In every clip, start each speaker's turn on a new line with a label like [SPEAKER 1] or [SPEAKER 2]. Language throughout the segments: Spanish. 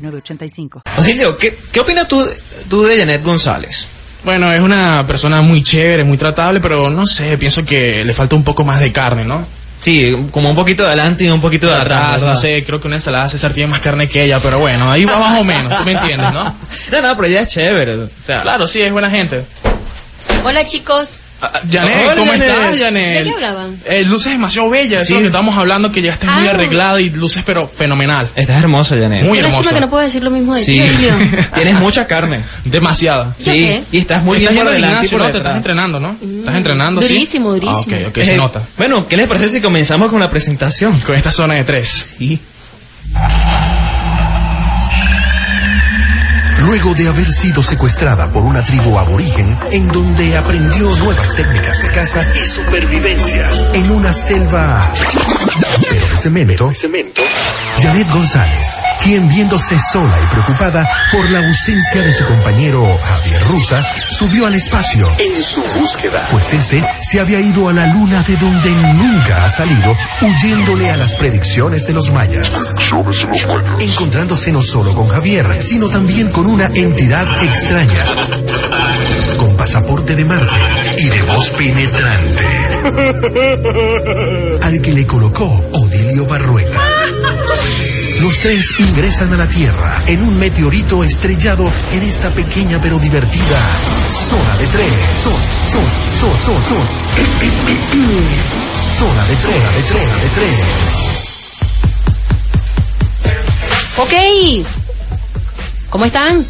[SPEAKER 1] 985.
[SPEAKER 2] Basilio, ¿qué, ¿qué opinas tú, tú de Janet González?
[SPEAKER 3] Bueno, es una persona muy chévere, muy tratable, pero no sé, pienso que le falta un poco más de carne, ¿no?
[SPEAKER 2] Sí, como un poquito de adelante y un poquito de atrás,
[SPEAKER 3] Atrás, no sé, creo que una ensalada César tiene más carne que ella, pero bueno, ahí va más o menos, tú me entiendes, ¿no?
[SPEAKER 2] No, no, pero ella es chévere. O sea,
[SPEAKER 3] Claro, sí, es buena gente.
[SPEAKER 4] Hola chicos,
[SPEAKER 3] Ah, ah, Janet,
[SPEAKER 2] Hola,
[SPEAKER 3] ¿cómo
[SPEAKER 2] Janet.
[SPEAKER 3] estás, Janet?
[SPEAKER 4] ¿De qué hablaban?
[SPEAKER 3] Eh, luces demasiado
[SPEAKER 2] Sí.
[SPEAKER 3] bellas, sí. lo que estábamos hablando, que llegaste muy
[SPEAKER 4] Ah.
[SPEAKER 3] arreglada y luces, pero fenomenal.
[SPEAKER 2] Estás hermosa, Janet.
[SPEAKER 3] Muy
[SPEAKER 4] Qué lástima
[SPEAKER 3] hermosa.
[SPEAKER 4] que no puedo decir lo mismo de
[SPEAKER 2] sí.
[SPEAKER 4] ti. Dios.
[SPEAKER 2] Tienes mucha carne.
[SPEAKER 3] Demasiada.
[SPEAKER 4] ¿Ya
[SPEAKER 2] Sí.
[SPEAKER 4] qué?
[SPEAKER 2] Y estás muy bien por
[SPEAKER 3] Estás yendo al
[SPEAKER 2] adelante y
[SPEAKER 3] gimnasio,
[SPEAKER 2] por
[SPEAKER 3] ¿no? Te estás
[SPEAKER 2] detrás.
[SPEAKER 3] entrenando, ¿no? ¿Estás entrenando? sí?
[SPEAKER 4] Mm. Durísimo, durísimo.
[SPEAKER 3] Ah, ok, ok, se
[SPEAKER 2] Eh,
[SPEAKER 3] nota.
[SPEAKER 2] Bueno, ¿qué les parece si comenzamos con la presentación?
[SPEAKER 3] Con esta zona de tres.
[SPEAKER 2] Sí.
[SPEAKER 5] Luego de haber sido secuestrada por una tribu aborigen, en donde aprendió nuevas técnicas de caza y supervivencia en una selva pero de cemento, Janet González, quien viéndose sola y preocupada por la ausencia de su compañero Javier Rusa, subió al espacio en su búsqueda, pues este se había ido a la luna de donde nunca ha salido, huyéndole a las predicciones de los mayas encontrándose no solo con Javier, sino también con una entidad extraña, con pasaporte de Marte y de voz penetrante, al que le colocó Odilio Barrueta. Los tres ingresan a la Tierra en un meteorito estrellado en esta pequeña pero divertida zona de tres. Zona, zona, zona, zona, zona. Zona de tres, de tres, de tres.
[SPEAKER 4] Ok. ¿Cómo están?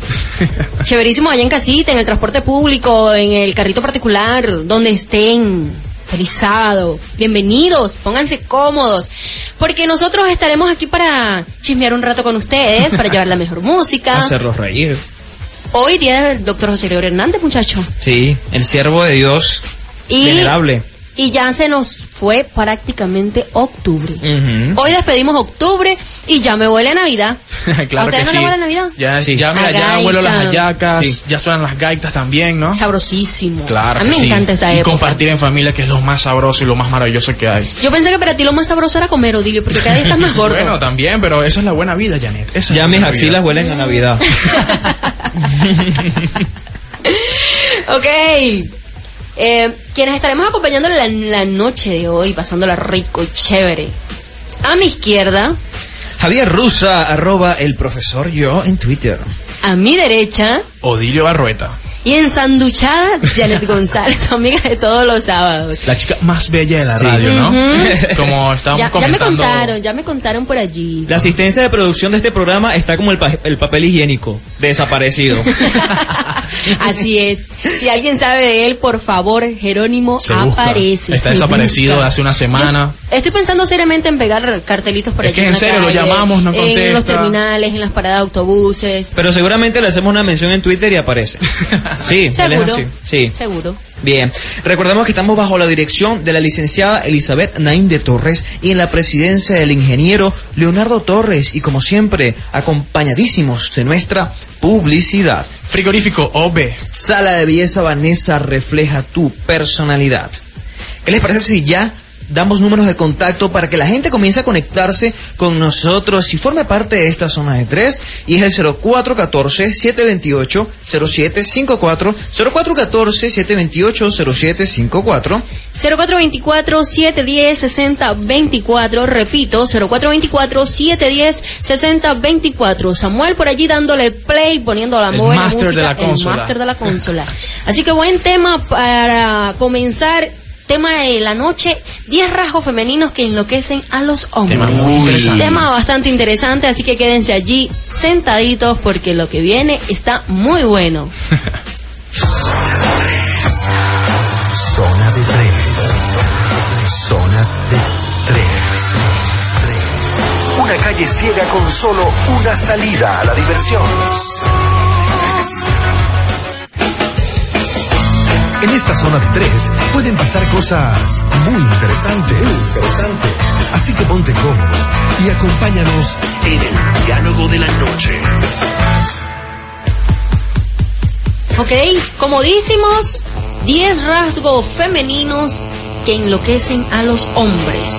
[SPEAKER 4] Chéverísimo allá en casita, en el transporte público, en el carrito particular, donde estén. Feliz sábado. Bienvenidos, pónganse cómodos. Porque nosotros estaremos aquí para chismear un rato con ustedes, para llevar la mejor música.
[SPEAKER 2] Hacerlos reír.
[SPEAKER 4] Hoy día del doctor José Gregorio Hernández, muchachos.
[SPEAKER 2] Sí, el siervo de Dios.
[SPEAKER 4] Y,
[SPEAKER 2] Venerable.
[SPEAKER 4] Y ya se nos fue prácticamente octubre.
[SPEAKER 3] ¿Mm?
[SPEAKER 2] Ujú.
[SPEAKER 4] Hoy despedimos octubre y ya me huele a Navidad. ¿A
[SPEAKER 3] claro que
[SPEAKER 4] ustedes no
[SPEAKER 3] sí.
[SPEAKER 4] les huele a Navidad? Ah,
[SPEAKER 3] Ya,
[SPEAKER 2] Sí.
[SPEAKER 3] ya, mira,
[SPEAKER 4] La
[SPEAKER 3] ya
[SPEAKER 4] gaita.
[SPEAKER 3] vuelo las hallacas,
[SPEAKER 2] Sí.
[SPEAKER 3] ya suenan las gaitas también, ¿no?
[SPEAKER 4] Sabrosísimo.
[SPEAKER 3] Claro
[SPEAKER 4] A
[SPEAKER 3] que
[SPEAKER 4] mí me
[SPEAKER 3] sí.
[SPEAKER 4] encanta esa
[SPEAKER 3] Y
[SPEAKER 4] época.
[SPEAKER 3] compartir en familia, que es lo más sabroso y lo más maravilloso que hay.
[SPEAKER 4] Yo pensé que para ti lo más sabroso era comer, Odilio, porque cada día estás más gordo.
[SPEAKER 3] Bueno, también, pero eso es la buena vida, Janet. Esa es
[SPEAKER 2] Ya
[SPEAKER 3] la
[SPEAKER 2] mis
[SPEAKER 3] buena vida.
[SPEAKER 2] axilas huelen a Navidad.
[SPEAKER 4] ok. Eh, quienes estaremos acompañando la, la noche de hoy, pasándola rico y chévere. A mi izquierda,
[SPEAKER 2] Javier Rusa, arroba el profesor yo en Twitter.
[SPEAKER 4] a mi derecha
[SPEAKER 3] Odilio Barrueta,
[SPEAKER 4] y ensanduchada Janet González, tu amiga de todos los sábados.
[SPEAKER 3] la chica más bella de la
[SPEAKER 2] Sí.
[SPEAKER 3] radio, ¿no?
[SPEAKER 4] Ujú.
[SPEAKER 3] Como estábamos
[SPEAKER 4] Ya, ya me
[SPEAKER 3] comentando.
[SPEAKER 4] contaron, ya me contaron por allí.
[SPEAKER 2] La asistencia de producción de este programa está como el, pa- el papel higiénico, desaparecido.
[SPEAKER 4] Así es. Si alguien sabe de él, por favor, Jerónimo
[SPEAKER 3] Se busca.
[SPEAKER 4] aparece.
[SPEAKER 3] Está
[SPEAKER 4] se
[SPEAKER 3] desaparecido
[SPEAKER 4] busca. Eh.
[SPEAKER 3] de hace una semana.
[SPEAKER 4] Estoy pensando seriamente en pegar cartelitos por
[SPEAKER 3] Es
[SPEAKER 4] allí.
[SPEAKER 3] que en
[SPEAKER 4] la
[SPEAKER 3] serio, lo
[SPEAKER 4] calle,
[SPEAKER 3] llamamos, no
[SPEAKER 4] En
[SPEAKER 3] contesta.
[SPEAKER 4] los terminales, en las paradas de autobuses.
[SPEAKER 2] Pero seguramente le hacemos una mención en Twitter y aparece. Sí, él es
[SPEAKER 4] Seguro.
[SPEAKER 2] así. Sí.
[SPEAKER 4] Seguro.
[SPEAKER 2] Bien, recordemos que estamos bajo la dirección de la licenciada Elizabeth Nain de Torres y en la presidencia del ingeniero Leonardo Torres y como siempre acompañadísimos de nuestra publicidad.
[SPEAKER 3] Frigorífico OB.
[SPEAKER 2] Sala de belleza Vanessa refleja tu personalidad. ¿Qué les parece si ya damos números de contacto para que la gente comience a conectarse con nosotros y forme parte de esta zona de tres? Y es el 0414-728-0754, 0414-728-0754.
[SPEAKER 4] 0424-710-6024. Repito, 0424-710-6024. Samuel por allí dándole play, poniendo la
[SPEAKER 3] El
[SPEAKER 4] buena
[SPEAKER 3] máster de
[SPEAKER 4] música,
[SPEAKER 3] la consola.
[SPEAKER 4] El máster de la consola. Así que buen tema para comenzar. Tema de la noche, 10 rasgos femeninos que enloquecen a los hombres.
[SPEAKER 3] Tema muy interesante.
[SPEAKER 4] Tema bastante interesante, así que quédense allí sentaditos porque lo que viene está muy bueno.
[SPEAKER 5] Zona de tres. Zona de tres. Tres. Una Una calle ciega con solo una salida a la diversión. En esta zona de tres pueden pasar cosas muy interesantes. interesantes. Así que ponte cómodo y acompáñanos en el diálogo de la noche.
[SPEAKER 4] Ok, comodísimos, 10 rasgos femeninos que enloquecen a los hombres.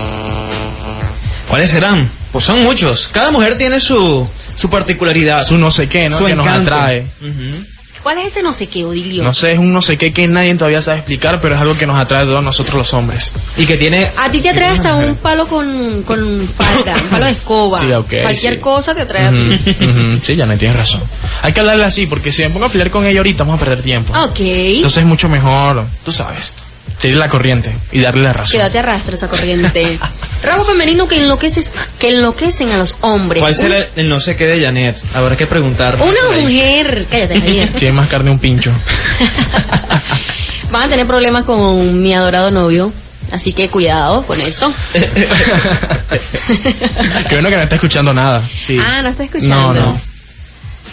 [SPEAKER 2] ¿Cuáles serán? Pues son muchos. Cada mujer tiene su, su particularidad.
[SPEAKER 3] Su no sé qué, ¿no?
[SPEAKER 2] Su
[SPEAKER 3] que nos
[SPEAKER 2] encanto.
[SPEAKER 3] atrae.
[SPEAKER 2] Ujú.
[SPEAKER 4] ¿Cuál es ese no sé qué, Odilio?
[SPEAKER 3] No sé, es un no sé qué que nadie todavía sabe explicar, pero es algo que nos atrae a todos nosotros los hombres.
[SPEAKER 2] Y que tiene...
[SPEAKER 4] A ti te atrae hasta un palo con, con falda, un palo de escoba.
[SPEAKER 3] Sí, ok,
[SPEAKER 4] Cualquier
[SPEAKER 3] sí.
[SPEAKER 4] cosa te atrae a ti.
[SPEAKER 3] Ujú, sí, ya me tienes razón. Hay que hablarle así, porque si me pongo a pelear con ella ahorita vamos a perder tiempo.
[SPEAKER 4] Ok.
[SPEAKER 3] Entonces es mucho mejor, tú sabes, seguir la corriente y darle la razón.
[SPEAKER 4] Quédate arrastra esa corriente. Rasgo femenino que enloqueces, que enloquecen a los hombres.
[SPEAKER 2] ¿Cuál será el, el no sé qué de Janet? Habrá que preguntar.
[SPEAKER 4] Un- Una mujer. Cállate, Javier.
[SPEAKER 3] Tiene más carne un pincho.
[SPEAKER 4] Van a tener problemas con mi adorado novio. Así que cuidado con eso.
[SPEAKER 3] Qué bueno que no está escuchando nada. Sí.
[SPEAKER 4] Ah, no está
[SPEAKER 3] No,
[SPEAKER 4] escuchando.
[SPEAKER 3] no.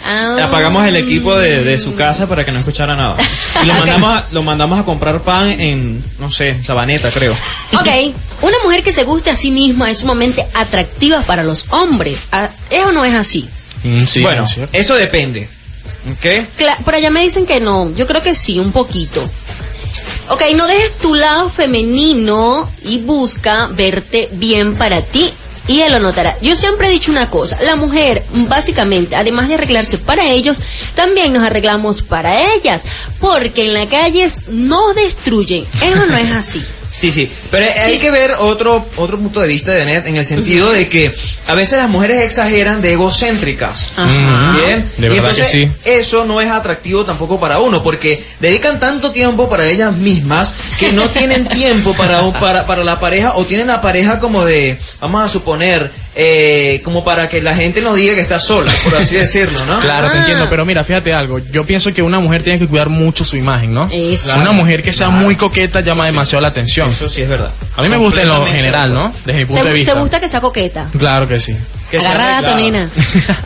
[SPEAKER 4] Ah.
[SPEAKER 2] Apagamos el equipo de, de su casa para que no escuchara nada. Y lo
[SPEAKER 4] Ok.
[SPEAKER 2] mandamos, a, lo mandamos a comprar pan en, no sé, Sabaneta, creo.
[SPEAKER 4] Ok, una mujer que se guste a sí misma es sumamente atractiva para los hombres. Ah, ¿Es o no es así?
[SPEAKER 3] Mm, sí,
[SPEAKER 2] bueno,
[SPEAKER 3] no es cierto.
[SPEAKER 2] eso depende. ¿Ok?
[SPEAKER 4] Cla- por allá me dicen que no. Yo creo que sí, un poquito. Ok, no dejes tu lado femenino y busca verte bien para ti. Y él lo notará. Yo siempre he dicho una cosa, la mujer básicamente, además de arreglarse para ellos, también nos arreglamos para ellas, porque en la calle no destruyen. Eso no es así.
[SPEAKER 2] Sí, sí, pero hay que ver otro otro punto de vista de Net en el sentido de que a veces las mujeres exageran de egocéntricas.
[SPEAKER 4] Ajá.
[SPEAKER 2] Bien,
[SPEAKER 3] De
[SPEAKER 2] y
[SPEAKER 3] verdad
[SPEAKER 2] entonces,
[SPEAKER 3] que sí.
[SPEAKER 2] Eso no es atractivo tampoco para uno porque dedican tanto tiempo para ellas mismas que no tienen tiempo para un- para para la pareja o tienen la pareja como de vamos a suponer eh, como para que la gente no diga que está sola, por así decirlo, ¿no?
[SPEAKER 3] Claro, te
[SPEAKER 4] Ah.
[SPEAKER 3] entiendo, pero mira, fíjate algo. Yo pienso que una mujer tiene que cuidar mucho su imagen, ¿no?
[SPEAKER 4] Eso.
[SPEAKER 3] Una mujer que sea muy coqueta llama demasiado la atención.
[SPEAKER 2] Eso sí es verdad.
[SPEAKER 3] A mí me gusta en lo
[SPEAKER 2] Completamente
[SPEAKER 3] general,
[SPEAKER 2] de
[SPEAKER 3] ¿no?
[SPEAKER 2] acuerdo.
[SPEAKER 3] Desde mi
[SPEAKER 4] ¿Te,
[SPEAKER 3] punto de
[SPEAKER 4] gu-
[SPEAKER 3] vista.
[SPEAKER 4] te gusta que sea coqueta?
[SPEAKER 3] Claro que sí.
[SPEAKER 2] Que sea
[SPEAKER 4] Agarrada,
[SPEAKER 2] arreglada.
[SPEAKER 4] Tonina.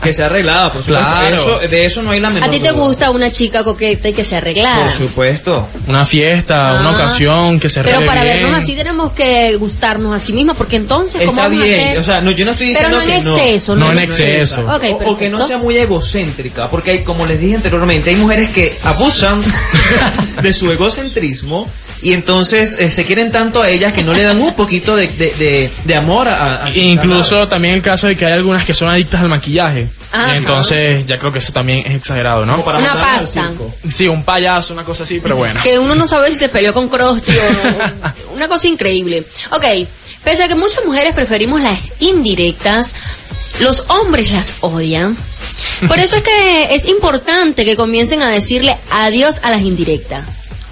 [SPEAKER 2] Que sea arreglada, por supuesto.
[SPEAKER 3] Claro.
[SPEAKER 2] Eso- de eso no hay la menor
[SPEAKER 4] ¿A ti te
[SPEAKER 2] duda.
[SPEAKER 4] gusta una chica coqueta y que se arreglara?
[SPEAKER 2] Por supuesto.
[SPEAKER 3] Una fiesta, una
[SPEAKER 4] Ah.
[SPEAKER 3] ocasión que se
[SPEAKER 4] Pero
[SPEAKER 3] arregle
[SPEAKER 4] para
[SPEAKER 3] bien.
[SPEAKER 4] vernos así tenemos que gustarnos a sí mismos, porque entonces, ¿cómo
[SPEAKER 2] Está
[SPEAKER 4] vamos a hacer?
[SPEAKER 2] bien. O sea, no, yo no estoy diciendo
[SPEAKER 4] Pero no
[SPEAKER 2] que
[SPEAKER 4] en exceso, no
[SPEAKER 3] No en en exceso. exceso.
[SPEAKER 2] O-
[SPEAKER 4] Ok,
[SPEAKER 2] o, que no
[SPEAKER 4] perfecto.
[SPEAKER 2] sea muy egocéntrica, porque hay, como les dije anteriormente, hay mujeres que abusan de su egocentrismo y entonces eh, se quieren tanto a ellas que no le dan un poquito de, de, de- de amor a, a-
[SPEAKER 3] E Incluso también el caso de que hay algunas que son adictas al maquillaje.
[SPEAKER 4] Ah, Ajá.
[SPEAKER 3] Y entonces ya creo que eso también es exagerado,
[SPEAKER 2] como
[SPEAKER 3] ¿no?
[SPEAKER 2] para
[SPEAKER 4] Una
[SPEAKER 2] mandarlas al
[SPEAKER 4] pasta.
[SPEAKER 2] circo.
[SPEAKER 3] Sí, un payaso, una cosa así, pero bueno.
[SPEAKER 4] Que uno no sabe si se peleó con Krusty o Una cosa increíble. Ok, pese a que muchas mujeres preferimos las indirectas, los hombres las odian. Por eso es que es importante que comiencen a decirle adiós a las indirectas.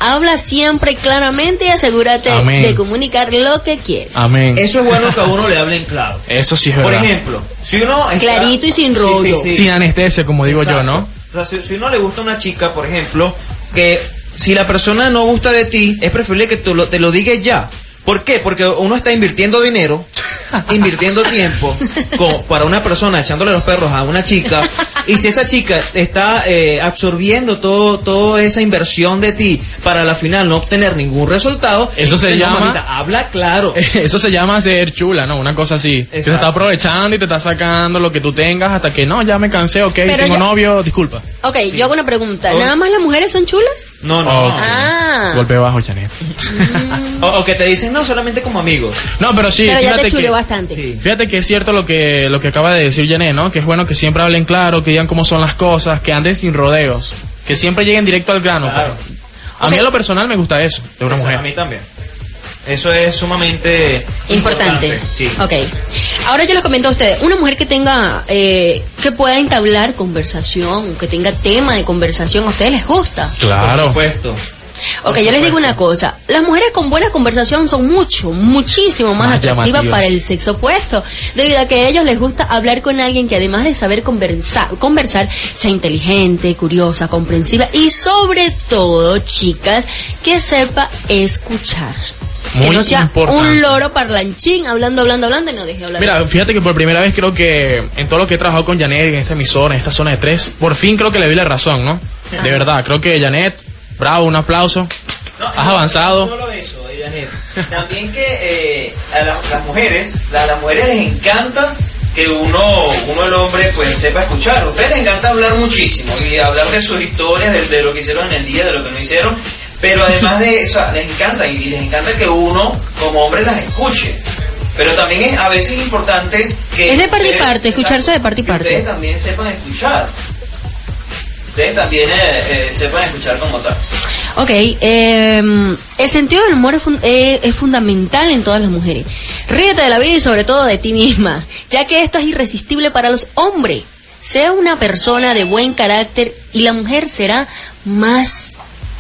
[SPEAKER 4] Habla siempre claramente y asegúrate
[SPEAKER 3] Amén.
[SPEAKER 4] de comunicar lo que quieres.
[SPEAKER 3] Amén.
[SPEAKER 2] Eso es bueno que a uno le hablen claro.
[SPEAKER 3] Eso sí es
[SPEAKER 2] Por
[SPEAKER 3] verdad.
[SPEAKER 2] ejemplo, si uno está-
[SPEAKER 4] Clarito y sin rollo.
[SPEAKER 3] Sin anestesia, como digo yo,
[SPEAKER 2] Exacto.
[SPEAKER 3] ¿no?
[SPEAKER 2] O sea, si, si uno le gusta una chica, por ejemplo, que si la persona no gusta de ti, es preferible que tú lo- te lo digas ya. ¿Por qué? Porque uno está invirtiendo dinero, invirtiendo tiempo co- para una persona echándole los perros a una chica. Y si esa chica está eh, absorbiendo todo, toda esa inversión de ti para la final no obtener ningún resultado,
[SPEAKER 3] Eso
[SPEAKER 2] entonces,
[SPEAKER 3] se
[SPEAKER 2] no,
[SPEAKER 3] llama-
[SPEAKER 2] mamita, habla claro.
[SPEAKER 3] Eso se llama ser chula, ¿no? Una cosa así. Que
[SPEAKER 2] Exacto.
[SPEAKER 3] Se está aprovechando y te está sacando lo que tú tengas hasta que no, ya me cansé, ok,
[SPEAKER 4] Pero
[SPEAKER 3] tengo
[SPEAKER 4] ya-
[SPEAKER 3] novio, disculpa.
[SPEAKER 4] Ok, yo hago una pregunta.
[SPEAKER 2] Oh.
[SPEAKER 4] ¿Nada más las mujeres son chulas?
[SPEAKER 2] No, no.
[SPEAKER 3] Ok.
[SPEAKER 4] Ah.
[SPEAKER 3] Golpe bajo, Janet.
[SPEAKER 2] no. O, o que te dicen no solamente como amigos.
[SPEAKER 3] No, pero sí,
[SPEAKER 4] Pero ya
[SPEAKER 3] fíjate
[SPEAKER 4] te chuleó
[SPEAKER 3] que-
[SPEAKER 4] bastante.
[SPEAKER 2] Sí.
[SPEAKER 3] Fíjate que es cierto lo que, lo que acaba de decir Jané, ¿no? Que es bueno que siempre hablen claro, que digan cómo son las cosas, que anden sin rodeos, que siempre lleguen directo al grano.
[SPEAKER 2] Claro.
[SPEAKER 3] pero- A mí
[SPEAKER 4] Ok.
[SPEAKER 3] a lo personal me gusta eso, de una
[SPEAKER 2] Eso,
[SPEAKER 3] mujer.
[SPEAKER 2] A mí también. Eso es sumamente
[SPEAKER 4] Importante.
[SPEAKER 2] Sí.
[SPEAKER 4] Ok. Ahora yo les comento a ustedes, una mujer que tenga, eh, que pueda entablar conversación, que tenga tema de conversación, ¿a ustedes les gusta?
[SPEAKER 2] Por
[SPEAKER 3] Claro.
[SPEAKER 2] supuesto.
[SPEAKER 4] Ok, yo les digo una cosa, las mujeres con buena conversación son mucho, muchísimo más,
[SPEAKER 3] Más
[SPEAKER 4] atractivas
[SPEAKER 3] llamativas.
[SPEAKER 4] para el sexo opuesto, debido a que a ellos les gusta hablar con alguien que además de saber conversa- conversar, sea inteligente, curiosa, comprensiva y sobre todo, chicas, que sepa escuchar.
[SPEAKER 3] Muy
[SPEAKER 4] que no sea
[SPEAKER 3] importante.
[SPEAKER 4] un loro parlanchín hablando, hablando, hablando y no deje hablar.
[SPEAKER 3] Mira, fíjate que por primera vez creo que en todo lo que he trabajado con Janet en esta emisora, en esta zona de tres, por fin creo que le vi la razón, ¿no? De verdad, creo que Janet, bravo, un aplauso. Has
[SPEAKER 6] No
[SPEAKER 3] avanzado.
[SPEAKER 6] solo eso, eh, Janet. También que eh, a la- las mujeres, la- a las mujeres les encanta que uno, uno el hombre, pues sepa escuchar. A ustedes les encanta hablar muchísimo y hablar de sus historias, de, de lo que hicieron en el día, de lo que no hicieron. Pero además de eso, les encanta y les encanta que uno, como hombre, las escuche. Pero también es a veces importante que...
[SPEAKER 4] Es de parte y
[SPEAKER 6] ustedes-
[SPEAKER 4] parte, escucharse de parte y
[SPEAKER 6] que
[SPEAKER 4] parte.
[SPEAKER 6] Ustedes también sepan escuchar. Ustedes también eh, eh, sepan escuchar como tal.
[SPEAKER 4] Ok, eh, el sentido del humor es, fun- eh, es fundamental en todas las mujeres. Ríete de la vida y sobre todo de ti misma, ya que esto es irresistible para los hombres. Sea una persona de buen carácter y la mujer será más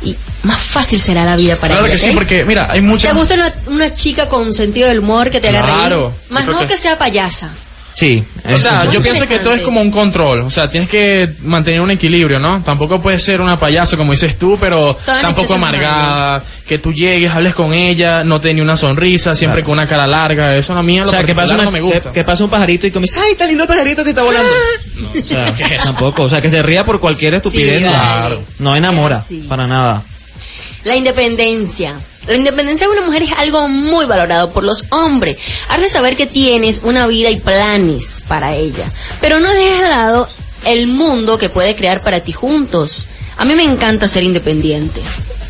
[SPEAKER 4] y más fácil será la vida para
[SPEAKER 3] Claro
[SPEAKER 4] ella.
[SPEAKER 3] que sí,
[SPEAKER 4] ¿ok?
[SPEAKER 3] porque mira, hay
[SPEAKER 4] ¿Te
[SPEAKER 3] muchas...
[SPEAKER 4] gusta una, una chica con sentido del humor que te haga
[SPEAKER 3] Claro,
[SPEAKER 4] reír?
[SPEAKER 3] yo
[SPEAKER 4] Más
[SPEAKER 3] creo
[SPEAKER 4] no que...
[SPEAKER 3] que-
[SPEAKER 4] sea payasa.
[SPEAKER 2] Sí.
[SPEAKER 3] O sea,
[SPEAKER 4] Muy
[SPEAKER 3] yo pienso que todo es
[SPEAKER 4] interesante.
[SPEAKER 3] como un control. O sea, tienes que mantener un equilibrio, ¿no? Tampoco puedes ser una payasa, como dices tú, pero
[SPEAKER 4] Todo en
[SPEAKER 3] tampoco
[SPEAKER 4] exceso es malo.
[SPEAKER 3] amargada. Que tú llegues, hables con ella, no te ni una sonrisa, siempre con una cara larga. Eso a mí en
[SPEAKER 2] O
[SPEAKER 3] lo
[SPEAKER 2] sea, que pasa,
[SPEAKER 3] particular
[SPEAKER 2] una-
[SPEAKER 3] no me gusta.
[SPEAKER 2] que- que pasa un pajarito y comienza, ¡ay, tan lindo el pajarito que está volando! No, o sea, tampoco. O sea, que se ría por cualquier estupidez.
[SPEAKER 4] Sí,
[SPEAKER 2] no.
[SPEAKER 4] vale.
[SPEAKER 2] No enamora,
[SPEAKER 4] Sí.
[SPEAKER 2] para nada.
[SPEAKER 4] La independencia. La independencia de una mujer es algo muy valorado por los hombres. Hazle saber que tienes una vida y planes para ella. Pero no dejes de lado el mundo que puede crear para ti juntos. A mí me encanta ser independiente.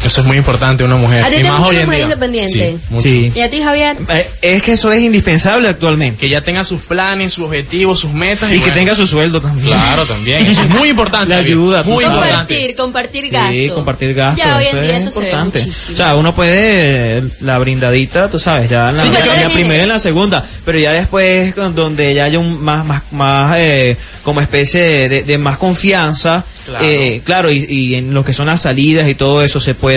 [SPEAKER 3] Eso es muy importante, una mujer.
[SPEAKER 4] ¿A ti
[SPEAKER 3] Eh, y
[SPEAKER 4] te
[SPEAKER 3] más
[SPEAKER 4] gusta
[SPEAKER 3] hoy
[SPEAKER 4] una
[SPEAKER 3] en
[SPEAKER 4] mujer
[SPEAKER 3] día.
[SPEAKER 4] independiente?
[SPEAKER 3] Sí, mucho.
[SPEAKER 2] Sí.
[SPEAKER 4] ¿Y a ti, Javier?
[SPEAKER 2] Eh, Es que eso es indispensable actualmente.
[SPEAKER 3] Que ya tenga sus planes, sus objetivos, sus metas.
[SPEAKER 2] Y que
[SPEAKER 3] bueno.
[SPEAKER 2] tenga su sueldo también.
[SPEAKER 3] Claro, también. Eso es muy importante.
[SPEAKER 2] La
[SPEAKER 3] David.
[SPEAKER 2] ayuda, tú
[SPEAKER 3] Muy
[SPEAKER 2] sabes.
[SPEAKER 3] importante.
[SPEAKER 4] Compartir, compartir gastos.
[SPEAKER 2] Sí, compartir gastos.
[SPEAKER 4] Ya hoy en
[SPEAKER 2] eso
[SPEAKER 4] día
[SPEAKER 2] es
[SPEAKER 4] eso
[SPEAKER 2] importante.
[SPEAKER 4] se ve muchísimo.
[SPEAKER 2] O sea, uno puede eh, la brindadita, tú sabes, ya en la,
[SPEAKER 4] Sí, pero
[SPEAKER 2] en la
[SPEAKER 4] eres-
[SPEAKER 2] primera y en la segunda, pero ya después con- donde ya haya un más más más eh, como especie de, de más confianza,
[SPEAKER 3] Claro.
[SPEAKER 2] eh, claro, y, y en lo que son las salidas y todo eso se pueda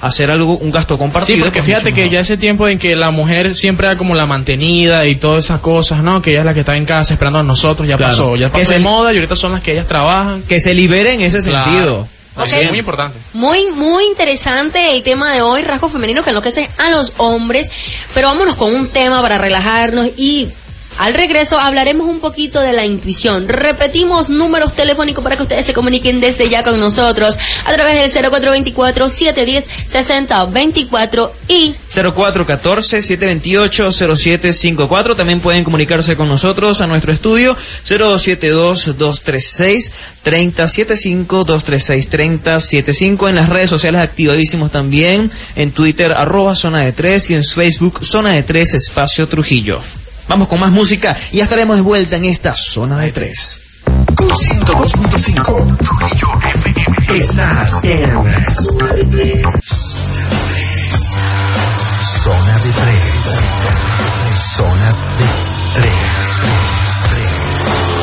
[SPEAKER 2] hacer algo un gasto compartido.
[SPEAKER 3] Sí, porque
[SPEAKER 2] pues,
[SPEAKER 3] fíjate
[SPEAKER 2] mucho
[SPEAKER 3] que
[SPEAKER 2] mejor.
[SPEAKER 3] ya ese tiempo en que la mujer siempre da como la mantenida y todas esas cosas, ¿no? Que ella es la que está en casa esperando a nosotros, ya
[SPEAKER 2] Claro.
[SPEAKER 3] pasó, ya
[SPEAKER 2] Que
[SPEAKER 3] pasó de
[SPEAKER 2] se-
[SPEAKER 3] moda y ahorita son las que ellas trabajan.
[SPEAKER 2] que se libere en ese
[SPEAKER 3] Claro.
[SPEAKER 2] sentido.
[SPEAKER 3] Eso
[SPEAKER 4] Ok.
[SPEAKER 3] Es muy importante.
[SPEAKER 4] Muy, muy interesante el tema de hoy, rasgos femeninos que enloquecen a los hombres. Pero vámonos con un tema para relajarnos y al regreso hablaremos un poquito de la intuición. Repetimos números telefónicos para que ustedes se comuniquen desde ya con nosotros a través del 0424-710-6024 y
[SPEAKER 2] 0414-728-0754. También pueden comunicarse con nosotros a nuestro estudio 072-236-3075-236-3075. En las redes sociales activadísimos también. En Twitter, arroba zona de 3 y en Facebook, zona de 3 espacio Trujillo. Vamos con más música y ya estaremos de vuelta en esta zona de 3.
[SPEAKER 5] Con 102.5 Trujillo FM. Estás en Zona de 3. Zona de 3.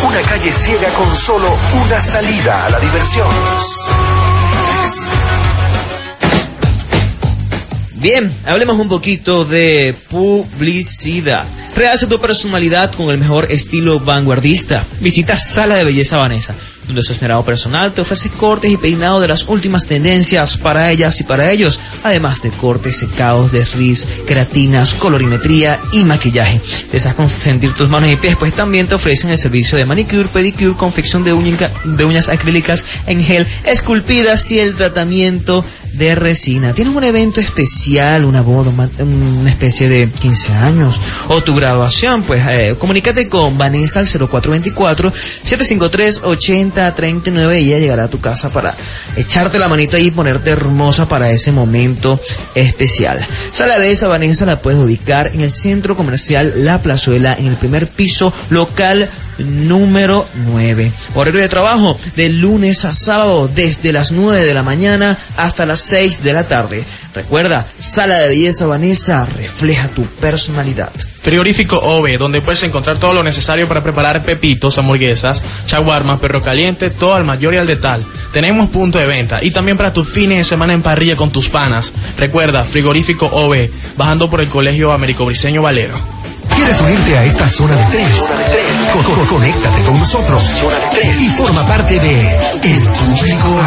[SPEAKER 5] Una calle ciega con solo una salida a la diversión.
[SPEAKER 2] Bien, hablemos un poquito de publicidad. Realza tu personalidad con el mejor estilo vanguardista. Visita Sala de Belleza Vanessa, donde su esmerado personal te ofrece cortes y peinado de las últimas tendencias para ellas y para ellos, además de cortes, secados, desliz, queratinas, colorimetría y maquillaje. Deseas consentir tus manos y pies, pues también te ofrecen el servicio de manicure, pedicure, confección de, uña- de uñas acrílicas en gel, esculpidas y el tratamiento de resina. Tienes un evento especial, una boda, una- una especie de 15 años o tu graduación, pues eh, comunícate con Vanessa al 0424-753-8039 y ella llegará a tu casa para echarte la manito ahí y ponerte hermosa para ese momento especial. Sala de esa Vanessa la puedes ubicar en el centro comercial La Plazuela, en el primer piso local número 9. Horario de trabajo de lunes a sábado desde las 9 de la mañana hasta las 6 de la tarde. Recuerda, Sala de Belleza Vanessa refleja tu personalidad.
[SPEAKER 3] Frigorífico OVE, donde puedes encontrar todo lo necesario para preparar pepitos, hamburguesas, chaguarmas, perro caliente, todo al mayor y al detal. Tenemos punto de venta y también para tus fines de semana en parrilla con tus panas. Recuerda, Frigorífico OVE, bajando por el Colegio Américo Briseño Valero.
[SPEAKER 5] ¿Quieres unirte a esta zona de tres? Co- co- conéctate con nosotros y forma parte de El Público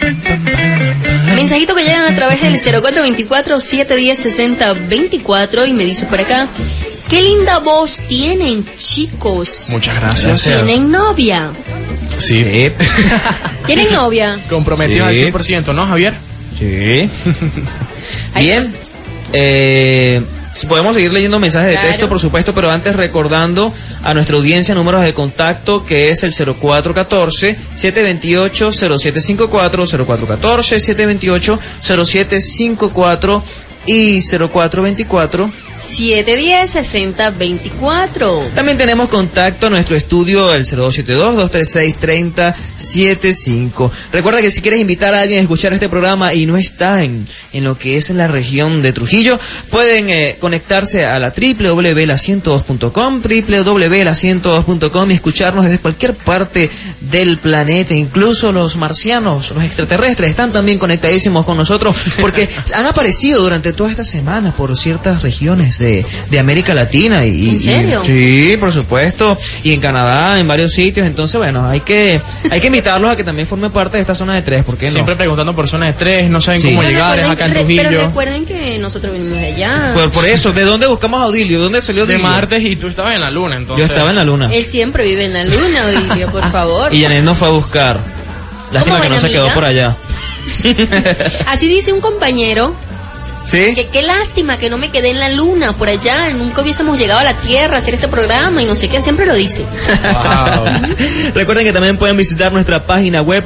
[SPEAKER 5] Habla.
[SPEAKER 4] Mensajitos que llegan a través del 0424-710-6024 y me dice por acá, qué linda voz tienen chicos.
[SPEAKER 3] Muchas gracias.
[SPEAKER 4] Tienen novia.
[SPEAKER 3] Sí.
[SPEAKER 4] Tienen novia.
[SPEAKER 3] Comprometidos
[SPEAKER 2] Sí.
[SPEAKER 3] al 100%, ¿no, Javier?
[SPEAKER 2] Sí.
[SPEAKER 4] Ahí
[SPEAKER 2] Bien.
[SPEAKER 4] está.
[SPEAKER 2] eh, podemos seguir leyendo mensajes
[SPEAKER 4] Claro.
[SPEAKER 2] de texto, por supuesto, pero antes recordando a nuestra audiencia números de contacto que es el 0414-728-0754, 0414-728-0754 y 0424.
[SPEAKER 4] 710-6024.
[SPEAKER 2] También tenemos contacto a nuestro estudio, el 0272-236-3075. Recuerda que si quieres invitar a alguien a escuchar este programa y no está en, en lo que es la región de Trujillo, pueden eh, conectarse a la www.la102.com, www.la102.com y escucharnos desde cualquier parte del planeta. Incluso los marcianos, los extraterrestres, están también conectadísimos con nosotros porque han aparecido durante toda esta semana por ciertas regiones de, de América Latina y,
[SPEAKER 4] ¿En serio?
[SPEAKER 2] Sí, por supuesto. Y en Canadá, en varios sitios. Entonces, bueno, hay que, hay que invitarlos a que también formen parte de esta zona de tres. ¿Por qué no?
[SPEAKER 3] Siempre preguntando por zona de tres, no saben
[SPEAKER 2] Sí.
[SPEAKER 3] cómo
[SPEAKER 4] Pero
[SPEAKER 3] llegar, es acá
[SPEAKER 4] recuerden-
[SPEAKER 3] en
[SPEAKER 4] re- Pero
[SPEAKER 3] Trujillo.
[SPEAKER 4] recuerden que nosotros venimos de allá.
[SPEAKER 2] Por, por eso, ¿de dónde buscamos a Odilio? ¿De dónde salió
[SPEAKER 3] De
[SPEAKER 2] Odilio?
[SPEAKER 3] martes y tú estabas en la luna,
[SPEAKER 2] Yo
[SPEAKER 3] entonces.
[SPEAKER 2] estaba en la luna. Ah,
[SPEAKER 4] Él siempre vive en la luna, Olivia, por favor.
[SPEAKER 2] Y Janet nos fue a buscar. Lástima que
[SPEAKER 4] buena
[SPEAKER 2] no se quedó
[SPEAKER 4] amiga.
[SPEAKER 2] por allá.
[SPEAKER 4] Así dice un compañero,
[SPEAKER 3] ¿Eh?
[SPEAKER 2] ¿Sí?
[SPEAKER 4] que qué lástima que no me quedé en la luna, por allá, nunca hubiésemos llegado a la Tierra a hacer este programa y no sé qué, siempre lo dice.
[SPEAKER 3] Wow.
[SPEAKER 2] Recuerden que también pueden visitar nuestra página web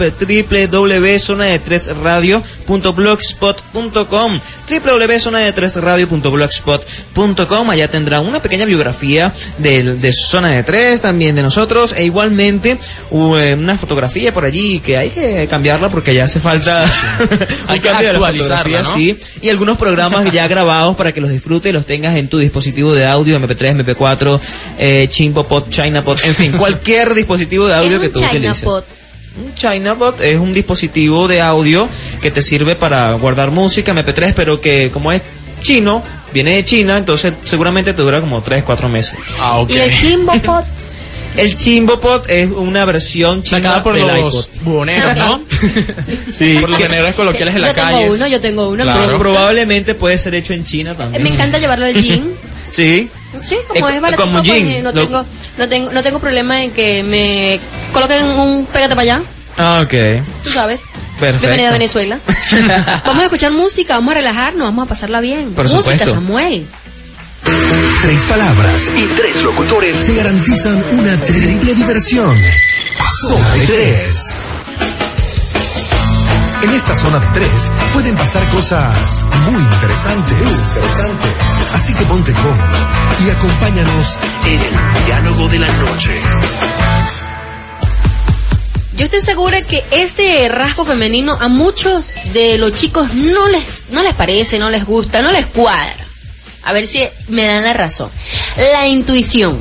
[SPEAKER 2] www.zona-de-3radio.blogspot.com www.zona-de-3radio.blogspot.com Allá tendrán una pequeña biografía del- de Zona de Tres, también de nosotros, e igualmente u- eh, una fotografía por allí que hay que cambiarla porque ya hace falta
[SPEAKER 3] Hay que
[SPEAKER 2] de la
[SPEAKER 3] actualizarla,
[SPEAKER 2] fotografía,
[SPEAKER 3] ¿no?
[SPEAKER 2] sí. Y algunos programas ya grabados para que los disfrutes y los tengas en tu dispositivo de audio, MP3, MP4, eh, Chimbopod, ChinaPod, en fin, cualquier dispositivo de audio
[SPEAKER 4] es
[SPEAKER 2] que
[SPEAKER 4] un
[SPEAKER 2] tú utilices.
[SPEAKER 4] ChinaPod.
[SPEAKER 2] Un ChinaPod es un dispositivo de audio que te sirve para guardar música, MP3, pero que como es chino, viene de China, entonces seguramente te dura como 3, 4 meses.
[SPEAKER 3] Ah, ok.
[SPEAKER 4] Y el Chimbopod.
[SPEAKER 2] El Chimbopod es una versión china
[SPEAKER 3] Sacada por
[SPEAKER 2] del
[SPEAKER 3] los buhoneros, ¿no?
[SPEAKER 2] Sí,
[SPEAKER 3] Por los
[SPEAKER 2] que-
[SPEAKER 3] buhoneros coloquiales en la
[SPEAKER 4] yo tengo
[SPEAKER 3] calle.
[SPEAKER 4] uno, yo tengo uno.
[SPEAKER 3] Claro.
[SPEAKER 4] pero-
[SPEAKER 2] Pro- probablemente puede ser hecho en China
[SPEAKER 4] Eh,
[SPEAKER 2] también.
[SPEAKER 4] Me encanta llevarlo al gym.
[SPEAKER 2] Sí.
[SPEAKER 4] Sí, como
[SPEAKER 2] Eh,
[SPEAKER 4] es baratico,
[SPEAKER 2] como
[SPEAKER 4] pues,
[SPEAKER 2] gym,
[SPEAKER 4] eh, no,
[SPEAKER 2] lo-
[SPEAKER 4] tengo, no, tengo, no tengo problema en que me coloquen un pégate para allá,
[SPEAKER 2] Ah, ok.
[SPEAKER 4] tú sabes.
[SPEAKER 2] Perfecto.
[SPEAKER 4] Bienvenida a Venezuela. vamos a escuchar música, vamos a relajarnos, vamos a pasarla bien.
[SPEAKER 2] Por
[SPEAKER 4] música,
[SPEAKER 2] supuesto.
[SPEAKER 4] Samuel.
[SPEAKER 5] Tres palabras y tres locutores te garantizan una terrible diversión. Zona de tres. En esta zona de tres pueden pasar cosas muy interesantes. Así que ponte cómodo y acompáñanos en el diálogo de la noche.
[SPEAKER 4] Yo estoy segura que este rasgo femenino a muchos de los chicos no les, no les parece, no les gusta, no les cuadra. A ver si me dan la razón. La intuición.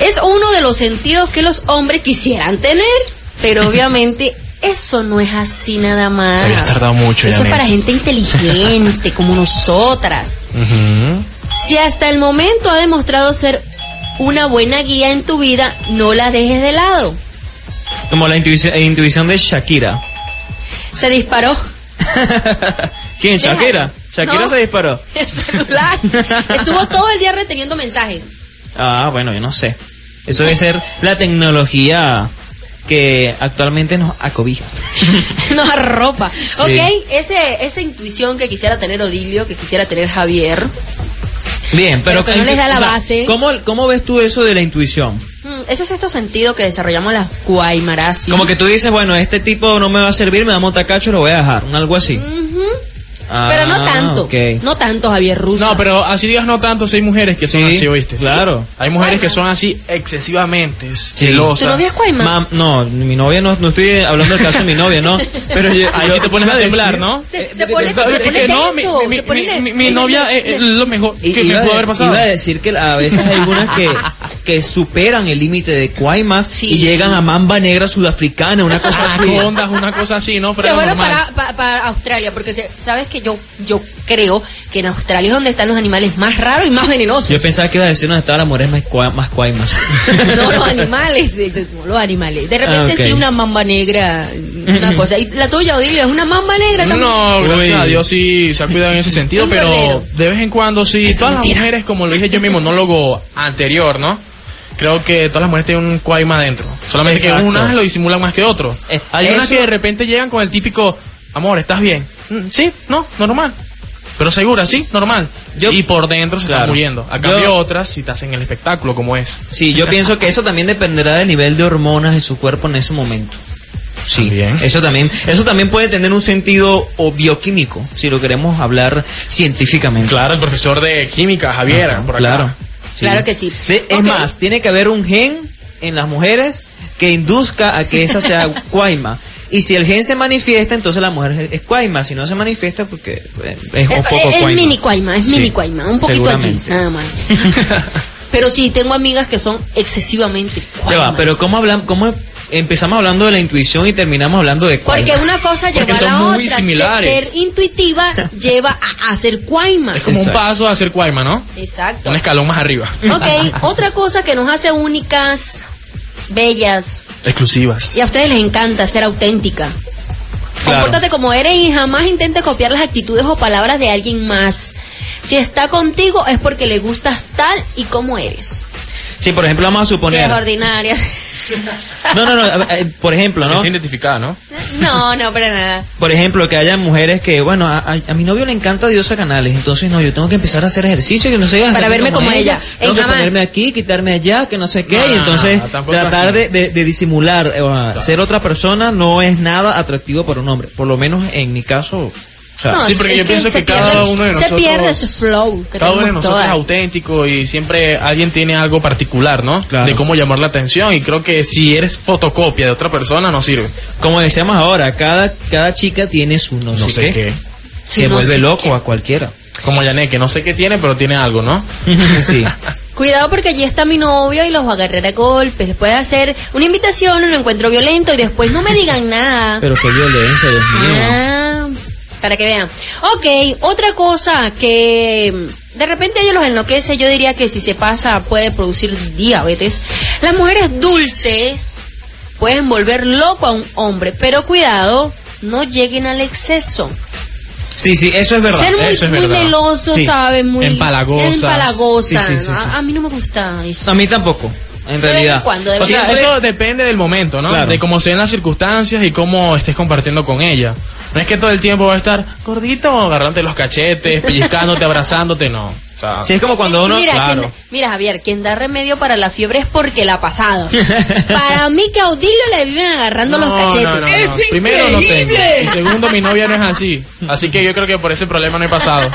[SPEAKER 4] Es uno de los sentidos que los hombres quisieran tener, pero obviamente eso no es así nada más.
[SPEAKER 3] Te habías tardado mucho,
[SPEAKER 4] Eso es
[SPEAKER 3] Janet.
[SPEAKER 4] para gente inteligente como nosotras. Si hasta el momento ha demostrado ser una buena guía en tu vida, no la dejes de lado.
[SPEAKER 2] Como la intuición, eh, intuición de Shakira.
[SPEAKER 4] Se disparó.
[SPEAKER 2] ¿Quién?
[SPEAKER 4] Déjalo.
[SPEAKER 2] Shakira. Shakira
[SPEAKER 4] No.
[SPEAKER 2] se disparó.
[SPEAKER 4] el celular. Estuvo todo el día reteniendo mensajes.
[SPEAKER 2] Ah, bueno, yo no sé. Eso debe ser la tecnología que actualmente nos acobija.
[SPEAKER 4] No arropa. Ok, ese, esa intuición que quisiera tener Odilio, que quisiera tener Javier.
[SPEAKER 2] Bien, pero,
[SPEAKER 4] Pero que no les da la
[SPEAKER 2] o sea,
[SPEAKER 4] base.
[SPEAKER 2] ¿cómo, ¿Cómo ves tú eso de la intuición?
[SPEAKER 4] Mm, Ese sexto sentido que desarrollamos las Guaymaras. ¿sí?
[SPEAKER 2] Como que tú dices, bueno, este tipo no me va a servir, me da montacacho y lo voy a dejar. Algo así.
[SPEAKER 4] Ujú.
[SPEAKER 2] Ah,
[SPEAKER 4] Pero no tanto.
[SPEAKER 2] ok.
[SPEAKER 4] No tanto, Javier Russo.
[SPEAKER 3] No, pero así digas no tanto, si hay mujeres que son
[SPEAKER 2] Sí,
[SPEAKER 3] así, ¿oíste?
[SPEAKER 2] claro.
[SPEAKER 3] Hay mujeres que son así excesivamente
[SPEAKER 4] ¿Tu
[SPEAKER 3] celosas.
[SPEAKER 4] novia es Guayma?
[SPEAKER 2] Mam, no, mi novia no, no estoy hablando del caso de mi novia, no. Pero yo-
[SPEAKER 3] Ahí
[SPEAKER 2] yo-
[SPEAKER 3] sí te pones a
[SPEAKER 2] iba
[SPEAKER 3] temblar,
[SPEAKER 2] decir-
[SPEAKER 3] ¿no?
[SPEAKER 4] Se- se pone- se
[SPEAKER 3] eh, Es
[SPEAKER 4] pone
[SPEAKER 3] que no, mi,
[SPEAKER 4] tenso,
[SPEAKER 3] mi-
[SPEAKER 4] se pone
[SPEAKER 3] mi-
[SPEAKER 4] ne-
[SPEAKER 3] mi- mi novia eh, es es lo mejor
[SPEAKER 2] I-
[SPEAKER 3] que me
[SPEAKER 2] iba,
[SPEAKER 3] pudo
[SPEAKER 2] de-
[SPEAKER 3] haber pasado.
[SPEAKER 2] iba a decir que a veces hay algunas que, que superan el límite de cuaimas
[SPEAKER 4] Sí.
[SPEAKER 2] y llegan a mamba negra sudafricana, una
[SPEAKER 3] Ah,
[SPEAKER 2] cosa así.
[SPEAKER 3] Anacondas, una cosa así, ¿no?
[SPEAKER 4] se
[SPEAKER 3] Pero
[SPEAKER 4] fueron
[SPEAKER 3] normal.
[SPEAKER 4] para, pa- para Australia, porque se- sabes que yo, yo creo que en Australia es donde están los animales más raros y más venenosos.
[SPEAKER 2] Yo pensaba que iba a decir una estaba la mujer más, cua- más cuaimas.
[SPEAKER 4] No los animales, eh, no los animales. De repente
[SPEAKER 2] Ah, ok.
[SPEAKER 4] sí una mamba negra, una cosa. Y la tuya, Odilio, es una mamba negra también.
[SPEAKER 3] No, gracias
[SPEAKER 2] Uy.
[SPEAKER 3] a Dios sí se ha cuidado en ese sentido,
[SPEAKER 4] Un
[SPEAKER 3] pero
[SPEAKER 4] cordero.
[SPEAKER 3] de vez en cuando sí. Todas las mujeres, como lo dije yo en mi monólogo anterior, ¿no? Creo que todas las mujeres tienen un cuaima adentro. Solamente que
[SPEAKER 2] Exacto.
[SPEAKER 3] unas lo disimulan más que otro.
[SPEAKER 2] Eh,
[SPEAKER 3] Hay unas
[SPEAKER 2] eso-
[SPEAKER 3] que de repente llegan con el típico, amor, ¿estás bien? "Mm, Sí, no, normal. Pero segura, sí, normal.
[SPEAKER 2] Yo-
[SPEAKER 3] y por dentro se están
[SPEAKER 2] Claro.
[SPEAKER 3] muriendo. A
[SPEAKER 2] Yo-
[SPEAKER 3] cambio otras si te hacen el espectáculo como es.
[SPEAKER 2] Sí, yo pienso que eso también dependerá del nivel de hormonas de su cuerpo en ese momento. Sí, Eh,
[SPEAKER 3] También.
[SPEAKER 2] eso también, eso también puede tener un sentido o bioquímico, si lo queremos hablar científicamente.
[SPEAKER 3] Claro, el profesor de química, Javier,
[SPEAKER 2] Ajá,
[SPEAKER 3] por acá.
[SPEAKER 2] claro.
[SPEAKER 4] Claro que sí.
[SPEAKER 2] De- es
[SPEAKER 4] Ok.
[SPEAKER 2] más, tiene que haber un gen en las mujeres que induzca a que esa sea cuaima. Y si el gen se manifiesta, entonces la mujer es- es cuaima. Si no se manifiesta, porque eh, es
[SPEAKER 4] Eh,
[SPEAKER 2] un poco
[SPEAKER 4] eh, es,
[SPEAKER 2] cuaima.
[SPEAKER 4] mini cuaima, es
[SPEAKER 2] Sí,
[SPEAKER 4] mini cuaima, un poquito allí,
[SPEAKER 2] seguramente.
[SPEAKER 4] nada más. Pero sí, tengo amigas que son excesivamente
[SPEAKER 2] Ya
[SPEAKER 4] cuaimas.
[SPEAKER 2] va, pero ¿cómo, hablan, ¿cómo empezamos hablando de la intuición y terminamos hablando de cuaima?
[SPEAKER 4] Porque una cosa
[SPEAKER 3] Porque
[SPEAKER 4] lleva a
[SPEAKER 3] son
[SPEAKER 4] la
[SPEAKER 3] muy
[SPEAKER 4] otra.
[SPEAKER 3] similares.
[SPEAKER 4] Ser intuitiva lleva a, a ser cuaima.
[SPEAKER 3] Es como
[SPEAKER 2] Exacto.
[SPEAKER 3] un paso a hacer cuaima, ¿no?
[SPEAKER 4] Exacto.
[SPEAKER 3] Un escalón más arriba.
[SPEAKER 4] Ok, otra cosa que nos hace únicas, bellas,
[SPEAKER 3] Exclusivas.
[SPEAKER 4] y a ustedes les encanta ser auténtica.
[SPEAKER 2] Claro.
[SPEAKER 4] Compórtate como eres y jamás intentes copiar las actitudes o palabras de alguien más. Si está contigo es porque le gustas tal y como eres.
[SPEAKER 2] Sí, por ejemplo, vamos a
[SPEAKER 4] Si
[SPEAKER 2] suponer.
[SPEAKER 4] es ordinaria.
[SPEAKER 2] No, no, no, a ver, eh, por ejemplo, ¿no?
[SPEAKER 3] Se siente identificada, ¿no?
[SPEAKER 4] No, no, para nada.
[SPEAKER 2] Por ejemplo, que haya mujeres que, bueno, a, a- a mi novio le encanta Diosa Canales, entonces no, yo tengo que empezar a hacer ejercicio que no sé,
[SPEAKER 4] Para
[SPEAKER 2] hacerme
[SPEAKER 4] verme como ella.
[SPEAKER 2] Tengo
[SPEAKER 4] Ey,
[SPEAKER 2] que
[SPEAKER 4] jamás.
[SPEAKER 2] ponerme aquí, quitarme allá, que no sé qué,
[SPEAKER 3] No,
[SPEAKER 2] y entonces
[SPEAKER 3] tampoco
[SPEAKER 2] tratar
[SPEAKER 3] así.
[SPEAKER 2] de, de- de disimular, eh, o sea, ser otra persona no es nada atractivo para un hombre, por lo menos en mi caso. o sea,
[SPEAKER 4] No,
[SPEAKER 3] sí, porque
[SPEAKER 4] es
[SPEAKER 3] yo
[SPEAKER 4] que
[SPEAKER 3] pienso
[SPEAKER 4] se
[SPEAKER 3] que cada
[SPEAKER 4] pierde-
[SPEAKER 3] uno de
[SPEAKER 4] se
[SPEAKER 3] nosotros.
[SPEAKER 4] pierde su flow que
[SPEAKER 3] cada uno de
[SPEAKER 4] tenemos
[SPEAKER 3] nosotros es
[SPEAKER 4] todas.
[SPEAKER 3] auténtico y siempre alguien tiene algo particular, ¿no?
[SPEAKER 2] Claro.
[SPEAKER 3] De cómo llamar la atención. Y creo que si eres fotocopia de otra persona, no sirve.
[SPEAKER 2] Como decíamos ahora, cada, cada chica tiene su no,
[SPEAKER 3] No sé qué.
[SPEAKER 4] Su
[SPEAKER 2] que
[SPEAKER 4] no
[SPEAKER 2] vuelve
[SPEAKER 4] sé
[SPEAKER 2] loco
[SPEAKER 4] qué.
[SPEAKER 2] a cualquiera.
[SPEAKER 3] Como Yané, que no sé qué tiene, pero tiene algo, ¿no?
[SPEAKER 2] sí.
[SPEAKER 4] Cuidado porque allí está mi novio y los va a agarrar a golpes. Les puede hacer una invitación, un encuentro violento y después no me digan nada.
[SPEAKER 2] Pero qué violencia, Dios mío.
[SPEAKER 4] Ah, para que vean. Ok, otra cosa que mm, de repente ellos los enloquece, yo diría que si se pasa puede producir diabetes. Las mujeres dulces pueden volver loco a un hombre, pero cuidado, no lleguen al exceso.
[SPEAKER 2] Sí, sí, eso es verdad.
[SPEAKER 4] Ser muy,
[SPEAKER 3] eso es
[SPEAKER 4] muy
[SPEAKER 3] verdad.
[SPEAKER 4] melosos,
[SPEAKER 2] Sí.
[SPEAKER 4] ¿saben? Muy
[SPEAKER 3] Empalagosas.
[SPEAKER 4] empalagosas.
[SPEAKER 2] Sí, sí, sí, sí.
[SPEAKER 4] A, a mí no me gusta eso.
[SPEAKER 2] A mí tampoco, en
[SPEAKER 4] De vez en
[SPEAKER 2] realidad.
[SPEAKER 4] cuando, de
[SPEAKER 3] O sea,
[SPEAKER 4] Siempre-
[SPEAKER 3] eso depende del momento, ¿no?
[SPEAKER 2] Claro.
[SPEAKER 3] De cómo se den las circunstancias y cómo estés compartiendo con ella. No es que todo el tiempo va a estar gordito, agarrándote los cachetes, pellizcándote, abrazándote, no. O sea,
[SPEAKER 2] Sí, es como cuando uno...
[SPEAKER 4] mira,
[SPEAKER 2] claro.
[SPEAKER 4] quien- mira, Javier, quien da remedio para la fiebre es porque la ha pasado. para mí que a Odilio le viven agarrando los cachetes. Eh,
[SPEAKER 3] No, no, no.
[SPEAKER 2] ¡Es
[SPEAKER 3] Primero no tengo.
[SPEAKER 2] increíble!
[SPEAKER 3] Y segundo, mi novia no es así. Así que yo creo que por ese problema no he pasado.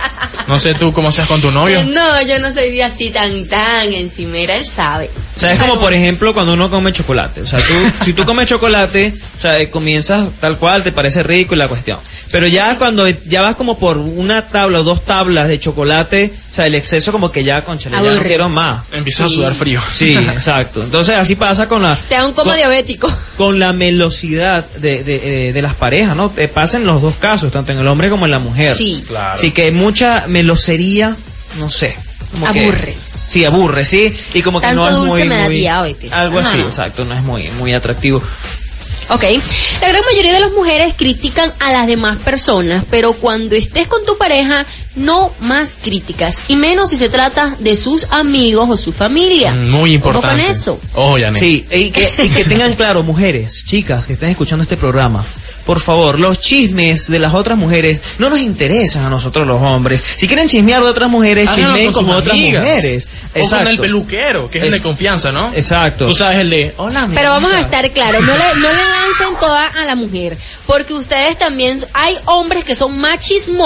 [SPEAKER 3] No sé tú cómo seas con tu novio.
[SPEAKER 4] No, yo no soy de así tan tan encimera, él sabe.
[SPEAKER 2] O sea, es como por ejemplo cuando uno come chocolate. O sea, tú, si tú comes chocolate, o sea, eh, comienzas tal cual, te parece rico y la cuestión. Pero ya cuando ya vas como por una tabla o dos tablas de chocolate, o sea, el exceso como que ya, concha, ya no
[SPEAKER 4] Aburre.
[SPEAKER 2] quiero más.
[SPEAKER 4] Pues,
[SPEAKER 3] Empiezas a sudar frío.
[SPEAKER 2] Sí, exacto. Entonces así pasa con la...
[SPEAKER 4] Te da un coma
[SPEAKER 2] con-
[SPEAKER 4] diabético.
[SPEAKER 2] con la melosidad de, de, eh, de las parejas, ¿no? Te pasa en los dos casos, tanto en el hombre como en la mujer.
[SPEAKER 4] Sí.
[SPEAKER 3] Claro.
[SPEAKER 2] Así que mucha melosería, no sé. como que-
[SPEAKER 4] Aburre.
[SPEAKER 2] sí, aburre, sí. Y como que
[SPEAKER 4] Tanto
[SPEAKER 2] no es
[SPEAKER 4] dulce
[SPEAKER 2] muy,
[SPEAKER 4] me da
[SPEAKER 2] muy-
[SPEAKER 4] diabetes.
[SPEAKER 2] Algo
[SPEAKER 4] Ajá.
[SPEAKER 2] así, exacto. No es muy, muy atractivo.
[SPEAKER 4] Ok. La gran mayoría de las mujeres critican a las demás personas, pero cuando estés con tu pareja, no más críticas. Y menos si se trata de sus amigos o su familia.
[SPEAKER 3] Muy importante.
[SPEAKER 4] Ojo con eso.
[SPEAKER 3] Ojo, Yané.
[SPEAKER 2] Sí, y que, y que tengan claro, mujeres, chicas que estén escuchando este programa, por favor, los chismes de las otras mujeres no nos interesan a nosotros los hombres. Si quieren chismear de otras mujeres,
[SPEAKER 3] Háganlo
[SPEAKER 2] chismeen
[SPEAKER 3] con sus
[SPEAKER 2] como otras
[SPEAKER 3] amigas.
[SPEAKER 2] mujeres.
[SPEAKER 3] O con el
[SPEAKER 2] Exacto.
[SPEAKER 3] peluquero, que es, el
[SPEAKER 2] Es-
[SPEAKER 3] de confianza, ¿no?
[SPEAKER 2] Exacto.
[SPEAKER 3] Tú sabes el de, oh, hola, mi
[SPEAKER 4] Pero vamos a
[SPEAKER 3] amiga.
[SPEAKER 4] estar claros, no le, no le lancen toda a la mujer, porque ustedes también, hay hombres que son más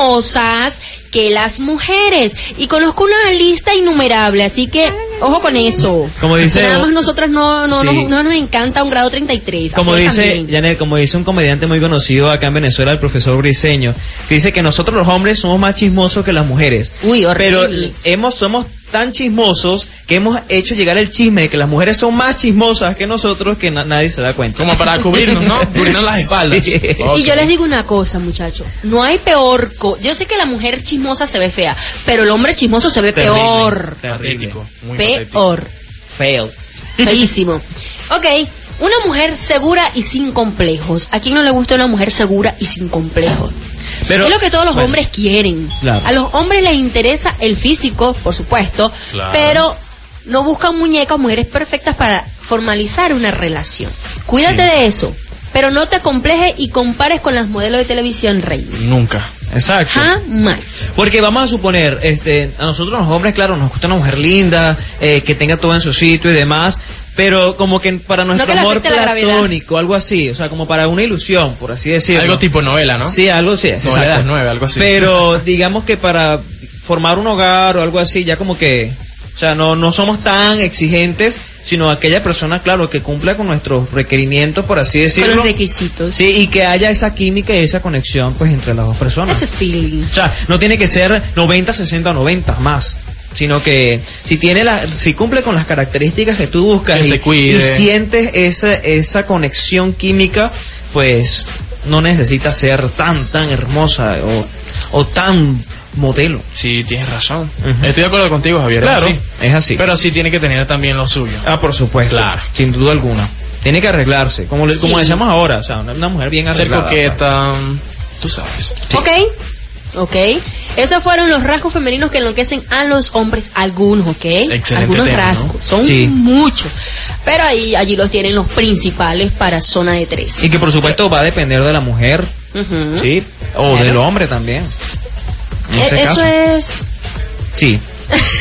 [SPEAKER 4] chismosas que las mujeres, y conozco una lista innumerable, así que ojo con eso.
[SPEAKER 2] Como dice-
[SPEAKER 4] Que nada más nosotras no, no,
[SPEAKER 2] Sí.
[SPEAKER 4] no, no nos encanta un grado 33. a
[SPEAKER 2] Como
[SPEAKER 4] ustedes
[SPEAKER 2] dice,
[SPEAKER 4] también.
[SPEAKER 2] Janet, como dice un comediante muy conocido acá en Venezuela, el profesor Briseño, que dice que nosotros los hombres somos más chismosos que las mujeres.
[SPEAKER 4] Uy, horrible.
[SPEAKER 2] Pero hemos, somos tan chismosos que hemos hecho llegar el chisme de que las mujeres son más chismosas que nosotros que na- nadie se da cuenta.
[SPEAKER 3] Como para cubrirnos, ¿no? Cubrirnos las espaldas.
[SPEAKER 2] Sí.
[SPEAKER 3] Ok.
[SPEAKER 4] Y yo les digo una cosa, muchachos. No hay peor. co- yo sé que la mujer chismosa se ve fea, pero el hombre chismoso se ve
[SPEAKER 2] Terrible.
[SPEAKER 4] peor.
[SPEAKER 3] Patético, muy patético.
[SPEAKER 4] Peor.
[SPEAKER 2] Fail.
[SPEAKER 4] Feísimo. Ok. Una mujer segura y sin complejos. ¿A quién no le gusta una mujer segura y sin complejos?
[SPEAKER 2] Pero-
[SPEAKER 4] es lo que todos los
[SPEAKER 2] bueno.
[SPEAKER 4] hombres quieren.
[SPEAKER 2] Claro.
[SPEAKER 4] A los hombres les interesa el físico, por supuesto,
[SPEAKER 3] Claro.
[SPEAKER 4] pero no buscan muñecas o mujeres perfectas para formalizar una relación. Cuídate de eso, pero no te complejes y compares con las modelos de televisión rey.
[SPEAKER 3] Nunca.
[SPEAKER 2] Exacto.
[SPEAKER 4] Jamás.
[SPEAKER 2] Porque vamos a suponer, este, a nosotros los hombres, claro, nos gusta una mujer linda, eh, que tenga todo en su sitio y demás, pero como que para nuestro
[SPEAKER 4] que le
[SPEAKER 2] amor
[SPEAKER 4] afecte la gravedad.
[SPEAKER 2] platónico, algo así, o sea, como para una ilusión, por así decirlo.
[SPEAKER 3] Algo tipo novela, ¿no?
[SPEAKER 2] Sí, algo así. exacto.
[SPEAKER 3] de las nueve, algo así.
[SPEAKER 2] Pero digamos que para formar un hogar o algo así, ya como que, o sea, no, no somos tan exigentes, sino aquella persona, claro, que cumpla con nuestros requerimientos, por así
[SPEAKER 4] con
[SPEAKER 2] decirlo.
[SPEAKER 4] los requisitos.
[SPEAKER 2] Sí, y que haya esa química y esa conexión, pues, entre las dos personas.
[SPEAKER 4] Ese feeling.
[SPEAKER 2] O sea, no tiene que ser 90, 60, 90 más. Sino que si tiene la, si cumple con las características que tú buscas
[SPEAKER 3] Que
[SPEAKER 2] y,
[SPEAKER 3] se cuide.
[SPEAKER 2] y sientes esa, esa conexión química, pues no necesita ser tan, tan hermosa o, o tan modelo.
[SPEAKER 3] Sí, tienes razón. Estoy de acuerdo contigo, Javier. es
[SPEAKER 2] Claro,
[SPEAKER 3] así.
[SPEAKER 2] es así.
[SPEAKER 3] Pero sí tiene que tener también lo suyo.
[SPEAKER 2] Ah, por supuesto.
[SPEAKER 3] Claro.
[SPEAKER 2] Sin duda alguna. Tiene que arreglarse, como, le- como
[SPEAKER 4] Sí.
[SPEAKER 2] decíamos ahora, o sea, una, una mujer bien
[SPEAKER 3] Ser
[SPEAKER 2] arreglada.
[SPEAKER 3] coqueta, tú sabes.
[SPEAKER 4] ¿Ok? ¿Ok? Esos fueron los rasgos femeninos que enloquecen a los hombres, algunos, ¿ok?
[SPEAKER 3] Excelente
[SPEAKER 4] algunos
[SPEAKER 3] tema, ¿no?
[SPEAKER 4] rasgos, son
[SPEAKER 2] Sí.
[SPEAKER 4] muchos. Pero ahí, allí los tienen los principales para zona de tres.
[SPEAKER 2] Y que por supuesto va a depender de la mujer,
[SPEAKER 4] Ujú.
[SPEAKER 2] sí, o
[SPEAKER 4] Claro.
[SPEAKER 2] del hombre también. En
[SPEAKER 4] Eh,
[SPEAKER 2] ese
[SPEAKER 4] eso
[SPEAKER 2] caso.
[SPEAKER 4] es...
[SPEAKER 2] Sí.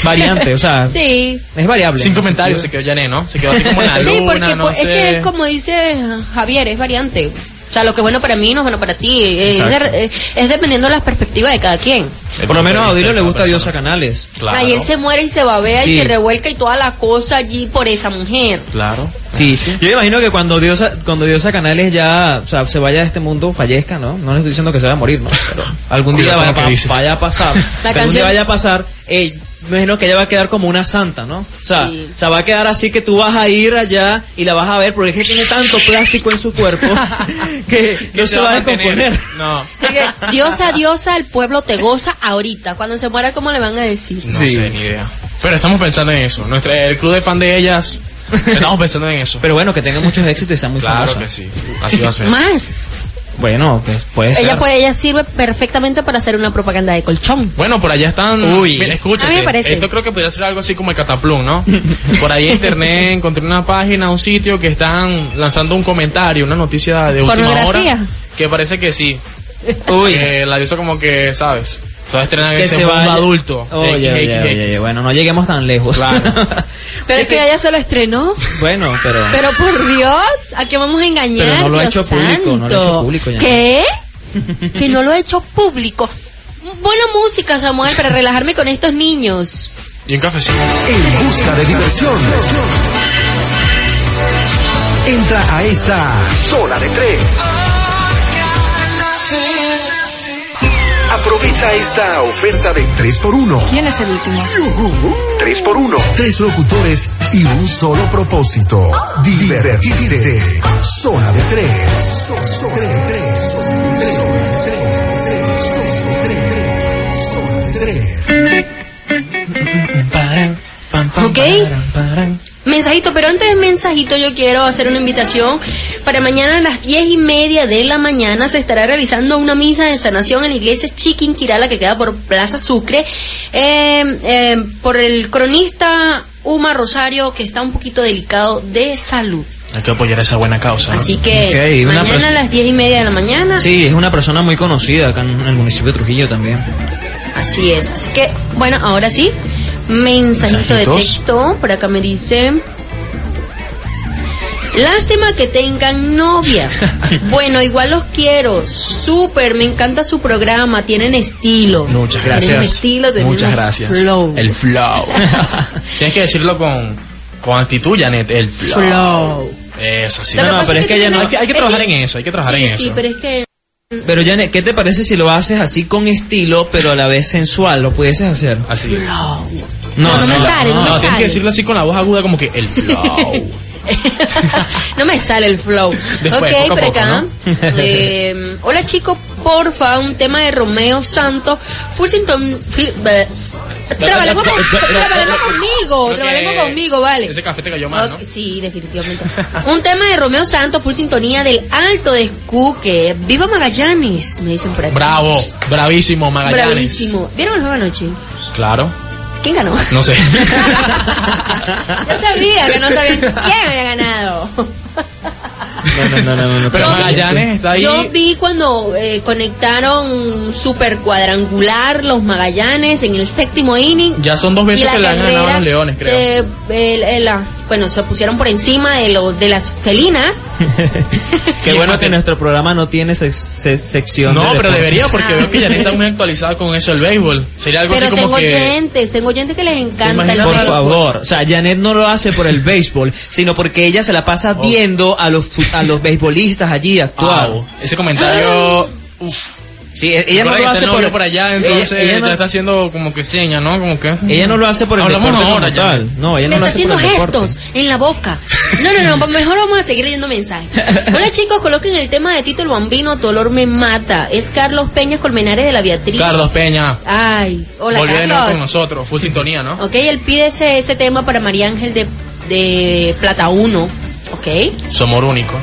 [SPEAKER 2] Variante, o sea.
[SPEAKER 4] Sí.
[SPEAKER 2] Es variable.
[SPEAKER 3] Sin
[SPEAKER 2] ¿no?
[SPEAKER 3] comentarios se quedó Jané, ¿no? Se quedó así como en la
[SPEAKER 4] sí,
[SPEAKER 3] luna,
[SPEAKER 4] porque
[SPEAKER 3] no
[SPEAKER 4] pues, es
[SPEAKER 3] sé.
[SPEAKER 4] que es como dice Javier, es variante. O sea, lo que es bueno para mí no es bueno para ti. eh, Es,
[SPEAKER 3] Exacto.
[SPEAKER 4] de- eh, es dependiendo de las perspectivas de cada quien.
[SPEAKER 3] Eh,
[SPEAKER 2] Por lo menos a Odilo le gusta Diosa Canales.
[SPEAKER 3] Claro.
[SPEAKER 4] Ayer se muere y se babea
[SPEAKER 2] Sí.
[SPEAKER 4] y se revuelca y toda la cosa allí por esa mujer.
[SPEAKER 3] Claro.
[SPEAKER 2] Sí. Yo imagino que cuando Diosa, cuando Diosa Canales ya o sea, se vaya de este mundo, fallezca, ¿no? No le estoy diciendo que se vaya a morir, ¿no? Pero algún día
[SPEAKER 3] Cuidado con
[SPEAKER 2] vaya,
[SPEAKER 3] lo que
[SPEAKER 2] pa-
[SPEAKER 3] dices.
[SPEAKER 2] vaya a pasar.
[SPEAKER 4] La
[SPEAKER 2] algún día
[SPEAKER 4] canción-
[SPEAKER 2] vaya a pasar. eh, me imagino que ella va a quedar como una santa, ¿no? O sea,
[SPEAKER 4] Sí.
[SPEAKER 2] o sea, va a quedar así que tú vas a ir allá y la vas a ver porque es que tiene tanto plástico en su cuerpo que no se va a descomponer.
[SPEAKER 3] No.
[SPEAKER 4] Diosa, diosa, el pueblo te goza ahorita. Cuando se muera, ¿cómo le van a decir?
[SPEAKER 3] No
[SPEAKER 2] Sí.
[SPEAKER 3] sé, ni idea. Pero estamos pensando en eso. Nuestra, el club de fan de ellas, estamos pensando en eso.
[SPEAKER 2] Pero bueno, que tenga muchos éxitos y sea muy
[SPEAKER 3] claro
[SPEAKER 2] famosa.
[SPEAKER 3] que sí. Así va a ser.
[SPEAKER 4] Más.
[SPEAKER 2] Bueno, pues puede ser.
[SPEAKER 4] Ella, puede, ella sirve perfectamente para hacer una propaganda de colchón.
[SPEAKER 3] Bueno, por allá están.
[SPEAKER 2] Uy.
[SPEAKER 3] Mira, escúchate.
[SPEAKER 4] A mí me parece.
[SPEAKER 3] Esto creo que podría ser algo así como el Cataplum, ¿no? Por ahí en internet encontré una página, un sitio que están lanzando un comentario, una noticia de última
[SPEAKER 4] ¿Pornografía?
[SPEAKER 3] hora. Que parece que sí.
[SPEAKER 2] Uy.
[SPEAKER 3] Que la hizo como que, ¿sabes? Se Oh, va a estrenar en
[SPEAKER 2] que
[SPEAKER 3] ese
[SPEAKER 2] se
[SPEAKER 3] mundo
[SPEAKER 2] vaya.
[SPEAKER 3] adulto.
[SPEAKER 2] Oye,
[SPEAKER 3] X,
[SPEAKER 2] oye,
[SPEAKER 3] X,
[SPEAKER 2] oye,
[SPEAKER 3] X.
[SPEAKER 2] bueno, no lleguemos tan lejos.
[SPEAKER 3] Claro.
[SPEAKER 4] Pero es que ella se lo estrenó.
[SPEAKER 2] Bueno, pero
[SPEAKER 4] Pero por Dios, ¿a qué vamos a engañar?
[SPEAKER 2] Pero no lo ha
[SPEAKER 4] Dios
[SPEAKER 2] hecho público, no lo ha hecho
[SPEAKER 4] santo?
[SPEAKER 2] público ya.
[SPEAKER 4] ¿Qué? que no lo ha hecho público. Buena música, Samuel, para relajarme con estos niños.
[SPEAKER 3] Y un cafecito.
[SPEAKER 5] En busca de diversión. Entra a esta zona de tres. Aprovecha esta oferta de 3x1.
[SPEAKER 7] ¿Quién es el último?
[SPEAKER 5] 3x1. Tres locutores y un solo propósito. Divertirte. Zona de tres. Tres, tres, tres, tres, tres, tres.
[SPEAKER 4] ¿Ok? Mensajito, pero antes de mensajito yo quiero hacer una invitación. Para mañana a las diez y media de la mañana se estará realizando una misa de sanación en la iglesia Chiquinquirala que queda por Plaza Sucre, eh, eh, por el cronista Uma Rosario que está un poquito delicado de salud.
[SPEAKER 3] Hay que apoyar esa buena causa. ¿no?
[SPEAKER 4] Así que
[SPEAKER 2] Ok, una
[SPEAKER 4] mañana a
[SPEAKER 2] pres-
[SPEAKER 4] las diez y media de la mañana.
[SPEAKER 2] sí, es una persona muy conocida acá en el municipio de Trujillo también.
[SPEAKER 4] Así es. Así que bueno, ahora sí. Mensajito de
[SPEAKER 3] Mensajitos.
[SPEAKER 4] texto. Por acá me dice. Lástima que tengan novia. Bueno, igual los quiero. Súper, me encanta su programa. Tienen estilo.
[SPEAKER 3] Muchas gracias.
[SPEAKER 4] Tienen estilo, tienen
[SPEAKER 3] Muchas
[SPEAKER 4] un
[SPEAKER 3] gracias.
[SPEAKER 4] Flow.
[SPEAKER 3] El flow. Tienes que decirlo con, con actitud, Janet. El flow.
[SPEAKER 4] Flow.
[SPEAKER 3] Eso sí.
[SPEAKER 4] Lo
[SPEAKER 2] No,
[SPEAKER 4] que
[SPEAKER 2] no,
[SPEAKER 4] pasa
[SPEAKER 2] pero es que
[SPEAKER 4] tienen
[SPEAKER 2] ella no-
[SPEAKER 4] una-
[SPEAKER 3] Hay que, hay que
[SPEAKER 4] es
[SPEAKER 3] trabajar en eso, hay que trabajar
[SPEAKER 4] sí,
[SPEAKER 3] en
[SPEAKER 4] Sí,
[SPEAKER 3] eso.
[SPEAKER 4] pero es que
[SPEAKER 2] Pero Janet, ¿qué te parece si lo haces así con estilo, pero a la vez sensual? ¿Lo pudieses hacer?
[SPEAKER 3] Así.
[SPEAKER 4] No, no me sale, no me
[SPEAKER 3] No, tienes
[SPEAKER 4] sale.
[SPEAKER 3] que decirlo así con la voz aguda, como que el flow.
[SPEAKER 4] no me sale el flow.
[SPEAKER 3] Después,
[SPEAKER 4] ok,
[SPEAKER 3] poco a
[SPEAKER 4] por
[SPEAKER 3] poco,
[SPEAKER 4] acá.
[SPEAKER 3] ¿no?
[SPEAKER 4] Eh, hola chicos, porfa, un tema de Romeo Santos. Fullsington. fil- bleh. Trabalemos, con- trabalemos conmigo,
[SPEAKER 3] Creo que
[SPEAKER 4] trabalemos conmigo, vale.
[SPEAKER 3] Ese café te cayó mal, ¿no?
[SPEAKER 4] Ok, Sí, definitivamente. Un tema de Romeo Santos, full sintonía del Alto de Escuque. Viva Magallanes, me dicen por aquí.
[SPEAKER 3] Bravo, bravísimo, Magallanes.
[SPEAKER 4] Bravísimo. ¿Vieron el juego anoche?
[SPEAKER 3] Claro,
[SPEAKER 4] ¿Quién ganó?
[SPEAKER 3] no sé.
[SPEAKER 4] Yo sabía que no sabían quién había ganado.
[SPEAKER 2] No, no, no, no, no.
[SPEAKER 3] Pero
[SPEAKER 4] Yo vi-
[SPEAKER 3] Magallanes está ahí.
[SPEAKER 4] Yo vi cuando eh, conectaron un super cuadrangular los Magallanes en el séptimo inning.
[SPEAKER 3] Ya son dos veces que le han ganado
[SPEAKER 4] carrera
[SPEAKER 3] a los Leones, creo.
[SPEAKER 4] se- eh, el- el- la- bueno, se pusieron por encima de, los de las felinas.
[SPEAKER 2] Qué
[SPEAKER 3] Y
[SPEAKER 2] bueno
[SPEAKER 3] empate.
[SPEAKER 2] que nuestro programa no tiene sec- se- sección
[SPEAKER 3] No,
[SPEAKER 2] de
[SPEAKER 3] pero
[SPEAKER 2] deportes.
[SPEAKER 3] debería, porque
[SPEAKER 4] Ah.
[SPEAKER 3] veo que Janet está muy actualizada con eso del béisbol. Sería algo
[SPEAKER 4] Pero
[SPEAKER 3] así como
[SPEAKER 4] tengo
[SPEAKER 3] que.
[SPEAKER 4] oyentes, tengo oyentes que les encanta el
[SPEAKER 3] imaginas?
[SPEAKER 2] Por
[SPEAKER 4] béisbol.
[SPEAKER 2] favor, o sea, Janet no lo hace por el béisbol, sino porque ella se la pasa viendo a los fu- a los beisbolistas allí actuar.
[SPEAKER 3] Wow, ese comentario. Uf.
[SPEAKER 2] Sí, e- ella no
[SPEAKER 3] Recuerda
[SPEAKER 2] lo
[SPEAKER 3] que
[SPEAKER 2] hace
[SPEAKER 3] está
[SPEAKER 2] por
[SPEAKER 3] novio por allá, entonces ella,
[SPEAKER 2] ella- ella no-
[SPEAKER 3] te está haciendo como que seña, ¿no? Como que.
[SPEAKER 2] Ella no lo hace por el
[SPEAKER 3] Hablamos
[SPEAKER 2] deporte
[SPEAKER 3] ahora,
[SPEAKER 2] como tal.
[SPEAKER 3] Janet.
[SPEAKER 2] No, ella
[SPEAKER 4] Me
[SPEAKER 2] no lo hace
[SPEAKER 4] está haciendo
[SPEAKER 2] por el deporte.
[SPEAKER 4] gestos en la boca. No, no, no, mejor vamos a seguir leyendo mensajes. Hola chicos, coloquen el tema de Tito el Bambino, Dolor me mata. Es Carlos Peñas Colmenares de la Beatriz.
[SPEAKER 3] mm, Carlos Peña.
[SPEAKER 4] Ay, hola
[SPEAKER 3] Volvió de nuevo con
[SPEAKER 4] Carlos.
[SPEAKER 3] nosotros, full sintonía, ¿no?
[SPEAKER 4] Ok, él pide ese, ese tema para María Ángel de, de Plata 1. Ok.
[SPEAKER 3] Somos único.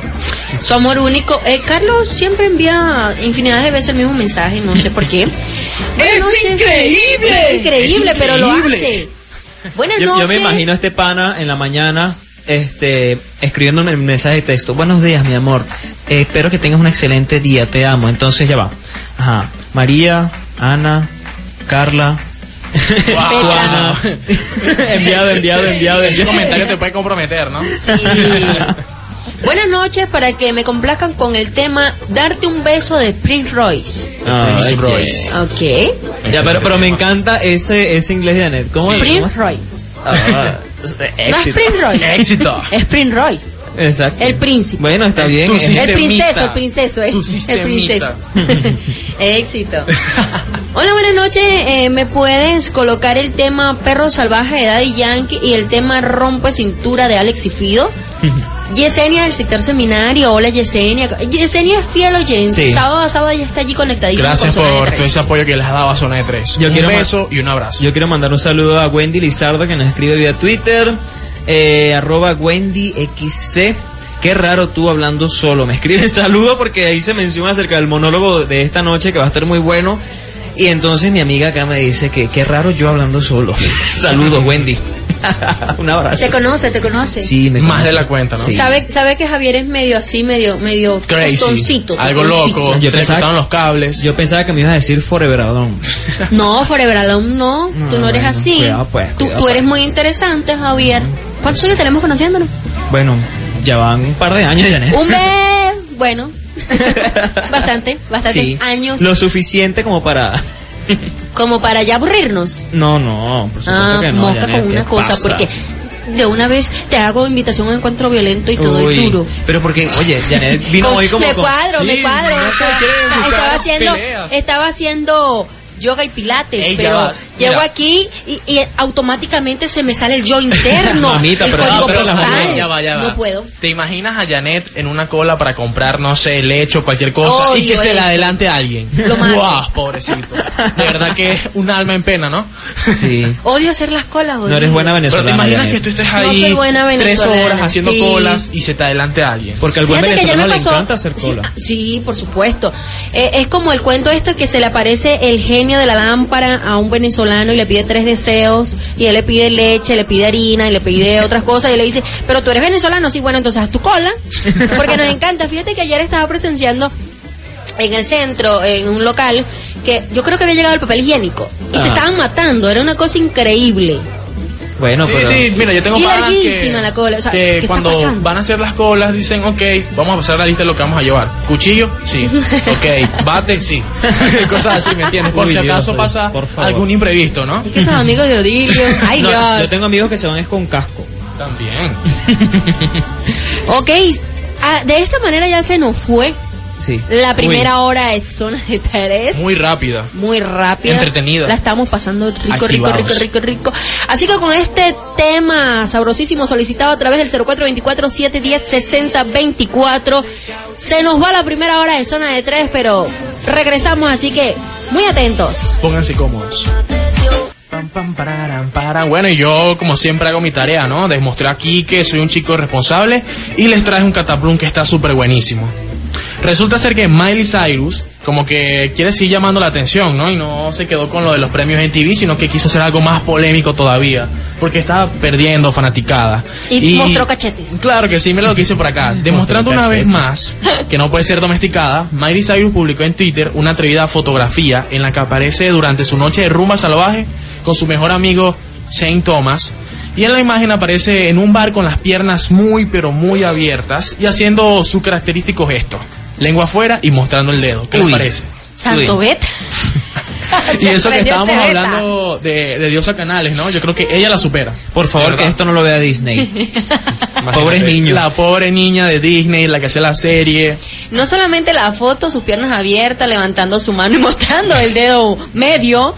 [SPEAKER 4] Su amor único. Eh, Carlos siempre envía infinidad de veces el mismo mensaje, no sé por qué. Buenas
[SPEAKER 2] ¡Es
[SPEAKER 4] noches.
[SPEAKER 2] increíble!
[SPEAKER 4] Es increíble,
[SPEAKER 2] Es
[SPEAKER 4] pero lo
[SPEAKER 2] increíble.
[SPEAKER 4] hace. Buenas
[SPEAKER 2] Yo,
[SPEAKER 4] noches.
[SPEAKER 2] yo me imagino a este pana en la mañana este, escribiéndome un mensaje de texto. Buenos días, mi amor. Eh, espero que tengas un excelente día. Te amo. Entonces ya va. Ajá. María, Ana, Carla. Juana. enviado, enviado, enviado.
[SPEAKER 3] Pues Ese
[SPEAKER 2] enviado.
[SPEAKER 3] comentario te puede comprometer, ¿no?
[SPEAKER 4] Sí. Buenas noches para que me complazcan con el tema Darte un beso de Prince Royce.
[SPEAKER 2] Ay,
[SPEAKER 3] Royce.
[SPEAKER 4] Ok.
[SPEAKER 2] Ah, Ya, pero, pero me encanta ese, ese inglés de Janet. ¿Cómo es? ¿Cómo
[SPEAKER 4] Prince
[SPEAKER 2] es?
[SPEAKER 4] Royce.
[SPEAKER 2] Ah,
[SPEAKER 4] No es
[SPEAKER 2] éxito.
[SPEAKER 4] Prince Royce.
[SPEAKER 3] Éxito.
[SPEAKER 4] Es Prince Royce.
[SPEAKER 2] Exacto.
[SPEAKER 4] El príncipe.
[SPEAKER 2] Bueno, está bien. eh,
[SPEAKER 3] Tú
[SPEAKER 2] es-
[SPEAKER 3] sí.
[SPEAKER 4] El
[SPEAKER 3] Sistemita.
[SPEAKER 4] princeso, el princeso, eh.
[SPEAKER 3] Tu
[SPEAKER 4] El
[SPEAKER 3] sistemita.
[SPEAKER 4] princeso. Éxito. Hola, buenas noches. Eh, ¿Me puedes colocar el tema Perro Salvaje de Daddy Yankee y el tema Rompe Cintura de Alex y Fido? Yesenia del sector seminario. Hola, Yesenia. Yesenia es fiel oyente.
[SPEAKER 2] Sí.
[SPEAKER 4] Sábado a sábado ya está allí conectadísima.
[SPEAKER 3] Gracias
[SPEAKER 4] con Zona de
[SPEAKER 3] por
[SPEAKER 4] Tres.
[SPEAKER 3] todo ese apoyo que les has dado a Zona de 3.
[SPEAKER 2] Yo
[SPEAKER 3] un
[SPEAKER 2] quiero
[SPEAKER 3] beso y un abrazo.
[SPEAKER 2] Yo quiero mandar un saludo a Wendy Lizardo que nos escribe vía Twitter, eh, arroba WendyXC. Qué raro tú hablando solo. Me escribe saludo porque ahí se menciona acerca del monólogo de esta noche que va a estar muy bueno. Y entonces mi amiga acá me dice que qué raro yo hablando solo. Saludos, Wendy. un abrazo.
[SPEAKER 4] Te conoce, te conoce.
[SPEAKER 2] Sí, me
[SPEAKER 3] Más
[SPEAKER 2] conoce.
[SPEAKER 3] de la cuenta, ¿no?
[SPEAKER 2] Sí.
[SPEAKER 4] Sabe, sabe que Javier es medio así, medio, medio
[SPEAKER 3] Crazy.
[SPEAKER 4] tostoncito,
[SPEAKER 3] Algo
[SPEAKER 4] tostoncito.
[SPEAKER 3] loco.
[SPEAKER 2] Yo
[SPEAKER 3] se le
[SPEAKER 2] pensaba-
[SPEAKER 3] cruzaron los cables.
[SPEAKER 2] Yo pensaba que me ibas a decir Forever Alone.
[SPEAKER 4] No, Forever Alone no,
[SPEAKER 2] No,
[SPEAKER 4] tú no eres
[SPEAKER 2] Ah, bueno,
[SPEAKER 4] así.
[SPEAKER 2] cuidado, pues,
[SPEAKER 4] tú,
[SPEAKER 2] cuidado,
[SPEAKER 4] tú eres
[SPEAKER 2] pues.
[SPEAKER 4] muy interesante, Javier. ¿Cuántos años tenemos conociéndonos?
[SPEAKER 2] Bueno, ya van un par de años, Janet.
[SPEAKER 4] Un mes, bueno, Uh, bastante, bastante
[SPEAKER 2] Sí.
[SPEAKER 4] años
[SPEAKER 2] Lo suficiente como para
[SPEAKER 4] como para ya aburrirnos.
[SPEAKER 2] No, no, por supuesto
[SPEAKER 4] Ah,
[SPEAKER 2] que no.
[SPEAKER 4] mosca
[SPEAKER 2] Janet,
[SPEAKER 4] con
[SPEAKER 2] ¿qué
[SPEAKER 4] una cosa,
[SPEAKER 2] pasa?
[SPEAKER 4] porque de una vez te hago invitación a un encuentro violento y te doy
[SPEAKER 2] Uy,
[SPEAKER 4] duro.
[SPEAKER 2] Pero porque, oye, Janet vino
[SPEAKER 4] Con-
[SPEAKER 2] hoy como.
[SPEAKER 4] me
[SPEAKER 2] con-
[SPEAKER 4] cuadro,
[SPEAKER 3] Sí,
[SPEAKER 4] me cuadro.
[SPEAKER 3] no se
[SPEAKER 4] Estaba-
[SPEAKER 3] quiere
[SPEAKER 4] estaba,
[SPEAKER 3] buscar
[SPEAKER 4] haciendo,
[SPEAKER 3] peleas.
[SPEAKER 4] estaba haciendo yoga y pilates,
[SPEAKER 3] Ey, ya
[SPEAKER 4] pero
[SPEAKER 3] vas, mira.
[SPEAKER 4] llego aquí y, y automáticamente se me sale el yo interno,
[SPEAKER 2] Mamita,
[SPEAKER 4] el
[SPEAKER 2] pero-
[SPEAKER 4] código
[SPEAKER 2] no, pero las
[SPEAKER 4] postal.
[SPEAKER 2] mujeres-
[SPEAKER 3] ya va, ya va.
[SPEAKER 4] No puedo.
[SPEAKER 3] ¿Te imaginas a Janet en una cola para comprar, no sé, lecho, cualquier cosa y que
[SPEAKER 4] Odio
[SPEAKER 3] se la
[SPEAKER 4] eso.
[SPEAKER 3] adelante a alguien?
[SPEAKER 4] Lo mato.
[SPEAKER 3] Guau, pobrecito. De verdad que es un alma en pena, ¿no?
[SPEAKER 2] Sí.
[SPEAKER 4] Odio hacer las colas.
[SPEAKER 2] No eres
[SPEAKER 4] odio.
[SPEAKER 2] buena
[SPEAKER 3] Pero
[SPEAKER 2] venezolana.
[SPEAKER 3] te imaginas
[SPEAKER 2] Janet.
[SPEAKER 3] que tú estés
[SPEAKER 4] No
[SPEAKER 3] ahí
[SPEAKER 4] soy buena
[SPEAKER 3] tres
[SPEAKER 4] venezolana,
[SPEAKER 3] horas haciendo
[SPEAKER 4] sí.
[SPEAKER 3] colas y se te adelante a alguien.
[SPEAKER 2] Porque al buen
[SPEAKER 4] Fíjate que ayer
[SPEAKER 2] venezolano
[SPEAKER 4] me
[SPEAKER 2] le
[SPEAKER 4] pasó-
[SPEAKER 2] encanta hacer cola.
[SPEAKER 4] Sí, sí, por supuesto. Eh, es como el cuento este que se le aparece el genio de la lámpara a un venezolano y le pide tres deseos y él le pide leche, le pide harina y le pide otras cosas y le dice, pero tú eres venezolano, sí, bueno, entonces haz tu cola, porque nos encanta. Fíjate que ayer estaba presenciando en el centro, en un local, que yo creo que había llegado el papel higiénico y se
[SPEAKER 2] Ajá.
[SPEAKER 4] estaban matando, era una cosa increíble.
[SPEAKER 2] Bueno,
[SPEAKER 3] Sí,
[SPEAKER 2] pero.
[SPEAKER 3] sí, mira, yo tengo
[SPEAKER 4] Y
[SPEAKER 3] panas que,
[SPEAKER 4] larguísima la cola, o sea, ¿qué
[SPEAKER 3] que
[SPEAKER 4] está
[SPEAKER 3] cuando
[SPEAKER 4] pasando?
[SPEAKER 3] van a hacer las colas dicen, ok, vamos a pasar la lista de lo que vamos a llevar. ¿Cuchillo? Sí. Ok. ¿Bate? Sí. Cosas así, ¿me entiendes? Por
[SPEAKER 2] Uy,
[SPEAKER 3] si
[SPEAKER 2] Dios,
[SPEAKER 3] acaso
[SPEAKER 2] Dios,
[SPEAKER 3] pasa
[SPEAKER 2] por favor.
[SPEAKER 3] algún imprevisto, ¿no?
[SPEAKER 4] Es que esos amigos de Odilio, ay
[SPEAKER 2] No,
[SPEAKER 4] Dios.
[SPEAKER 2] yo tengo amigos que se van es con casco.
[SPEAKER 3] También.
[SPEAKER 4] Ok, ah, de esta manera ya se nos fue
[SPEAKER 2] Sí.
[SPEAKER 4] La primera hora es zona de tareas.
[SPEAKER 3] Muy rápida.
[SPEAKER 4] muy rápida.
[SPEAKER 3] Entretenida.
[SPEAKER 4] La estamos pasando rico, rico, rico,
[SPEAKER 3] Activados.
[SPEAKER 4] rico, rico. Así que con este tema sabrosísimo solicitado a través del 0424-710-6024, se nos va la primera hora de zona de tres, pero regresamos, así que muy atentos.
[SPEAKER 3] Pónganse cómodos. Pam, pam, pararam, param. Bueno, y yo, como siempre, hago mi tarea, ¿no? Demostré aquí que soy un chico responsable y les traje un cataplum que está súper buenísimo. Resulta ser que Miley Cyrus, como que quiere seguir llamando la atención, ¿no? Y no se quedó con lo de los premios en TV, sino que quiso hacer algo más polémico todavía, porque estaba perdiendo fanaticada.
[SPEAKER 4] Y mostró cachetes.
[SPEAKER 3] Claro que sí, mira lo que hice por acá. Demostrando una vez más que no puede ser domesticada, Miley Cyrus publicó en Twitter una atrevida fotografía en la que aparece durante su noche de rumba salvaje con su mejor amigo Shane Thomas. Y en la imagen aparece en un bar con las piernas muy pero muy abiertas y haciendo su característico gesto. Lengua afuera y mostrando el dedo. ¿Qué les
[SPEAKER 2] Uy.
[SPEAKER 3] parece?
[SPEAKER 4] Santo Bet.
[SPEAKER 3] Y eso que estábamos
[SPEAKER 4] este Beta.
[SPEAKER 3] hablando de, de Diosa Canales, ¿no? Yo creo que ella la supera.
[SPEAKER 2] Por favor, que
[SPEAKER 3] ¿Verdad?
[SPEAKER 2] esto no lo vea Disney. Pobres
[SPEAKER 3] Imagínate,
[SPEAKER 2] niños.
[SPEAKER 3] La pobre niña de Disney, la que hace la serie.
[SPEAKER 4] No solamente la foto, sus piernas abiertas, levantando su mano y mostrando el dedo medio,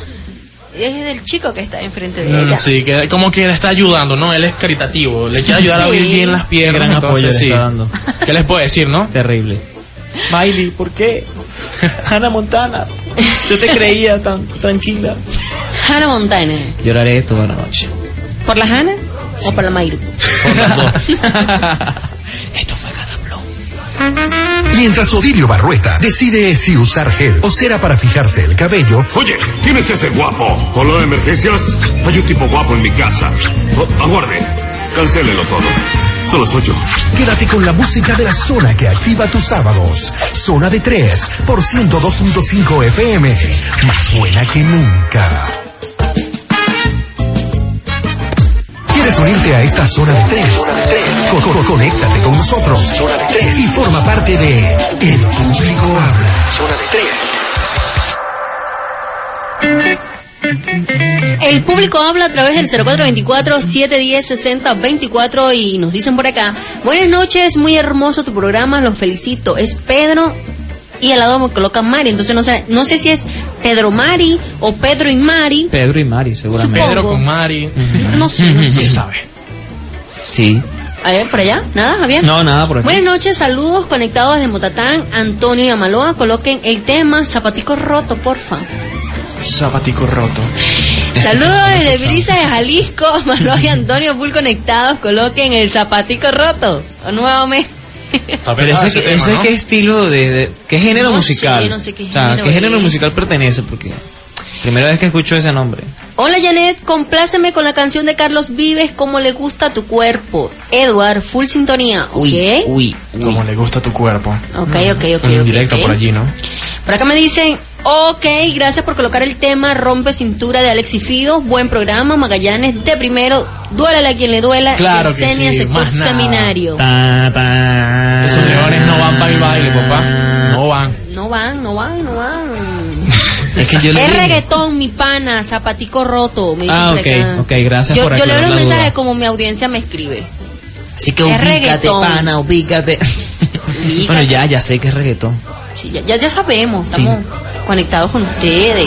[SPEAKER 4] es del chico que está enfrente de
[SPEAKER 3] Mm,
[SPEAKER 4] ella.
[SPEAKER 3] Sí, que como que le está ayudando, ¿no? Él es caritativo, le quiere ayudar a abrir
[SPEAKER 4] Sí.
[SPEAKER 3] bien las piernas.
[SPEAKER 2] Gran apoyo
[SPEAKER 3] entonces,
[SPEAKER 2] le está
[SPEAKER 3] sí.
[SPEAKER 2] dando.
[SPEAKER 3] ¿Qué les puedo decir, no?
[SPEAKER 2] Terrible.
[SPEAKER 7] Miley, ¿por qué? Hannah Montana, yo te creía tan tranquila.
[SPEAKER 4] Hannah Montana.
[SPEAKER 2] Lloraré toda la noche.
[SPEAKER 4] ¿Por la Hannah o por la Mayru?
[SPEAKER 2] Por las dos. esto fue Cataplum.
[SPEAKER 5] Mientras Odilio Barrueta decide si usar gel o cera para fijarse el cabello,
[SPEAKER 8] Oye, ¿quién es ese guapo? ¿Color de emergencias? Hay un tipo guapo en mi casa. Oh, aguarde. Cancélelo todo. Solo soy yo.
[SPEAKER 5] quédate con la música de la zona que activa tus sábados. Zona de 3 por 102.5 FM. Más buena que nunca. ¿Quieres unirte a esta zona de tres? Co- co- conéctate con nosotros y forma parte de El Público Habla.
[SPEAKER 4] El público habla a través del 0424-710-6024 y nos dicen por acá, buenas noches, muy hermoso tu programa, los felicito, es Pedro y al lado me coloca Mari, entonces no sé, no sé si es Pedro Mari o Pedro y Mari,
[SPEAKER 2] Pedro y Mari, seguramente.
[SPEAKER 4] Supongo.
[SPEAKER 3] Pedro con Mari.
[SPEAKER 4] no sé, no sé.
[SPEAKER 3] ¿Quién sabe?
[SPEAKER 2] Sí.
[SPEAKER 4] A ver, por allá, nada, Javier.
[SPEAKER 2] No, nada por aquí.
[SPEAKER 4] Buenas noches, saludos conectados de Motatán, Antonio y Amaloa, coloquen el tema Zapatico Roto, porfa.
[SPEAKER 3] Zapatico roto.
[SPEAKER 4] Saludos desde Brisa de Jalisco, Manuel y Antonio Full conectados, coloquen el zapatico roto. O nuevamente.
[SPEAKER 3] Está
[SPEAKER 2] Pero
[SPEAKER 3] pesado
[SPEAKER 2] ese,
[SPEAKER 3] ese
[SPEAKER 2] que-
[SPEAKER 3] tema,
[SPEAKER 2] ese
[SPEAKER 3] ¿no?
[SPEAKER 2] qué estilo de, de- qué género
[SPEAKER 4] No sé,
[SPEAKER 2] musical.
[SPEAKER 4] no sé qué
[SPEAKER 2] O sea,
[SPEAKER 4] género
[SPEAKER 2] ¿qué género
[SPEAKER 4] es.
[SPEAKER 2] musical pertenece? Porque primera vez que escucho ese nombre.
[SPEAKER 4] Hola Janet, compláceme con la canción de Carlos Vives, como le gusta tu cuerpo. Edward, full sintonía. ¿ok?
[SPEAKER 2] uy, Ah,
[SPEAKER 3] Como le gusta tu cuerpo.
[SPEAKER 4] Ok, ok, ok.
[SPEAKER 3] Un
[SPEAKER 4] ok,
[SPEAKER 3] directo
[SPEAKER 4] ok.
[SPEAKER 3] por allí, ¿no?
[SPEAKER 4] Por acá me dicen, ok, gracias por colocar el tema Rompe Cintura de Alexis Fido. Buen programa, Magallanes de primero. Duélale a quien le duela.
[SPEAKER 3] Claro que
[SPEAKER 4] Yesenia
[SPEAKER 3] sí,
[SPEAKER 4] Secor
[SPEAKER 3] más nada.
[SPEAKER 4] Seminario.
[SPEAKER 2] Ta, ta.
[SPEAKER 3] Esos leones no van para el baile, papá.
[SPEAKER 2] Ah.
[SPEAKER 3] No van.
[SPEAKER 4] No van, no van, no van.
[SPEAKER 2] Es que yo le
[SPEAKER 4] Es
[SPEAKER 2] dije.
[SPEAKER 4] reggaetón, mi pana, zapatico roto. Me dicen
[SPEAKER 2] Ah,
[SPEAKER 4] por
[SPEAKER 2] ok,
[SPEAKER 4] acá.
[SPEAKER 2] ok, gracias
[SPEAKER 4] yo,
[SPEAKER 2] por
[SPEAKER 4] Yo leo
[SPEAKER 2] aclarar la
[SPEAKER 4] los
[SPEAKER 2] duda.
[SPEAKER 4] mensajes como mi audiencia me escribe.
[SPEAKER 2] Así que
[SPEAKER 4] Es
[SPEAKER 2] ubícate,
[SPEAKER 4] reggaetón.
[SPEAKER 2] pana, ubícate.
[SPEAKER 4] Ubícate.
[SPEAKER 2] bueno, ya, ya sé que es reggaetón.
[SPEAKER 4] Sí, ya, ya, ya sabemos, estamos conectados con ustedes.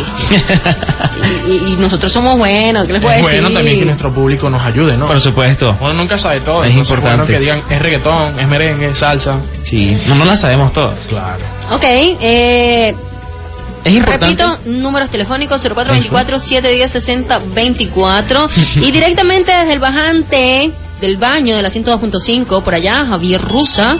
[SPEAKER 4] Y, y- y nosotros somos buenos, ¿qué les puedo
[SPEAKER 3] Es
[SPEAKER 4] decir?
[SPEAKER 3] bueno también que nuestro público nos ayude, ¿no?
[SPEAKER 4] Pues,
[SPEAKER 2] por supuesto.
[SPEAKER 3] Uno nunca sabe todo.
[SPEAKER 2] Es
[SPEAKER 3] entonces,
[SPEAKER 2] importante.
[SPEAKER 3] bueno que digan, es reggaetón, es merengue, es salsa.
[SPEAKER 2] Sí, no, no la sabemos todas.
[SPEAKER 3] Claro.
[SPEAKER 4] Ok, eh,
[SPEAKER 2] Es importante.
[SPEAKER 4] repito, números telefónicos 0424-710-6024 y directamente desde el bajante del baño de la 102.5, por allá, Javier Rusa.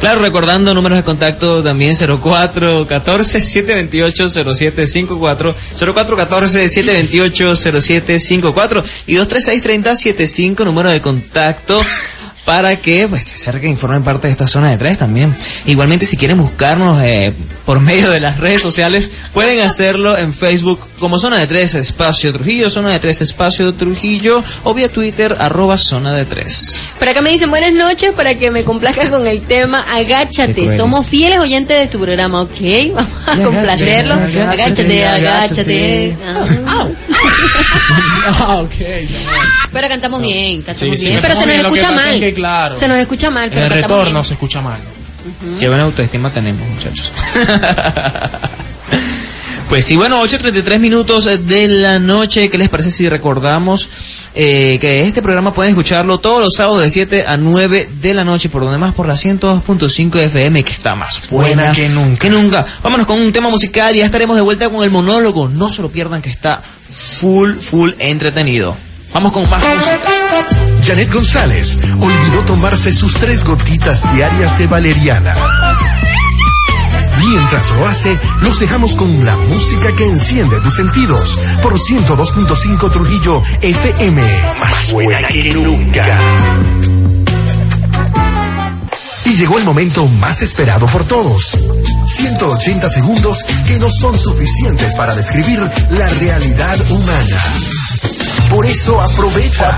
[SPEAKER 2] Claro, recordando números de contacto también 0414 728 0754 0414 728 0754 y 236 3075 número de contacto para que pues se acerquen y formen parte de esta zona de tres también. Igualmente si quieren buscarnos eh, por medio de las redes sociales pueden hacerlo en Facebook como Zona de Tres Espacio Trujillo, Zona de Tres Espacio Trujillo o vía Twitter arroba Zona de Tres.
[SPEAKER 4] Por acá me dicen buenas noches para que me complazca con el tema
[SPEAKER 2] Qué
[SPEAKER 4] Agáchate.
[SPEAKER 2] cruel.
[SPEAKER 4] Somos fieles oyentes de tu programa, ¿ok? Vamos a
[SPEAKER 2] Y agáchate,
[SPEAKER 4] complacerlo. Agáchate,
[SPEAKER 2] agáchate,
[SPEAKER 4] agáchate.
[SPEAKER 2] agáchate.
[SPEAKER 4] Ah.
[SPEAKER 3] Ah, ok.
[SPEAKER 4] Pero cantamos bien, cantamos
[SPEAKER 3] Sí, sí,
[SPEAKER 4] bien.
[SPEAKER 3] cantamos
[SPEAKER 4] pero se
[SPEAKER 3] bien,
[SPEAKER 4] nos
[SPEAKER 3] lo que
[SPEAKER 4] escucha
[SPEAKER 3] pasa es
[SPEAKER 4] mal.
[SPEAKER 3] que, claro,
[SPEAKER 4] Se nos escucha mal,
[SPEAKER 3] En
[SPEAKER 4] pero
[SPEAKER 3] el
[SPEAKER 4] cantamos
[SPEAKER 3] retorno
[SPEAKER 4] bien.
[SPEAKER 3] se escucha mal.
[SPEAKER 2] Qué buena autoestima tenemos, muchachos. Pues sí, bueno, 8.33 minutos de la noche. ¿Qué les parece si recordamos eh, que este programa pueden escucharlo todos los sábados de 7 a 9 de la noche? Por donde más, por la 102.5 FM, que está más buena,
[SPEAKER 3] Buena que nunca.
[SPEAKER 2] que nunca. Vámonos con un tema musical y ya estaremos de vuelta con el monólogo. No se lo pierdan, que está full, full entretenido. Vamos con más música.
[SPEAKER 5] Janet González olvidó tomarse sus tres gotitas diarias de valeriana. Mientras lo hace, los dejamos con la música que enciende tus sentidos por 102.5 Trujillo FM. Más buena que nunca. Y llegó el momento más esperado por todos. 180 segundos que no son suficientes para describir la realidad humana. Por eso aprovecha,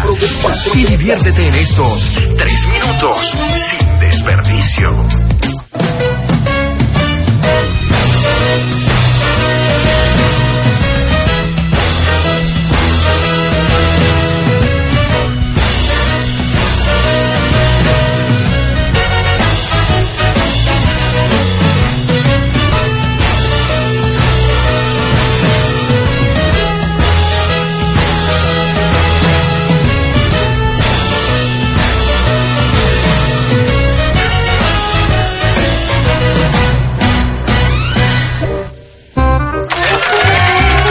[SPEAKER 5] y diviértete en estos tres minutos sin desperdicio.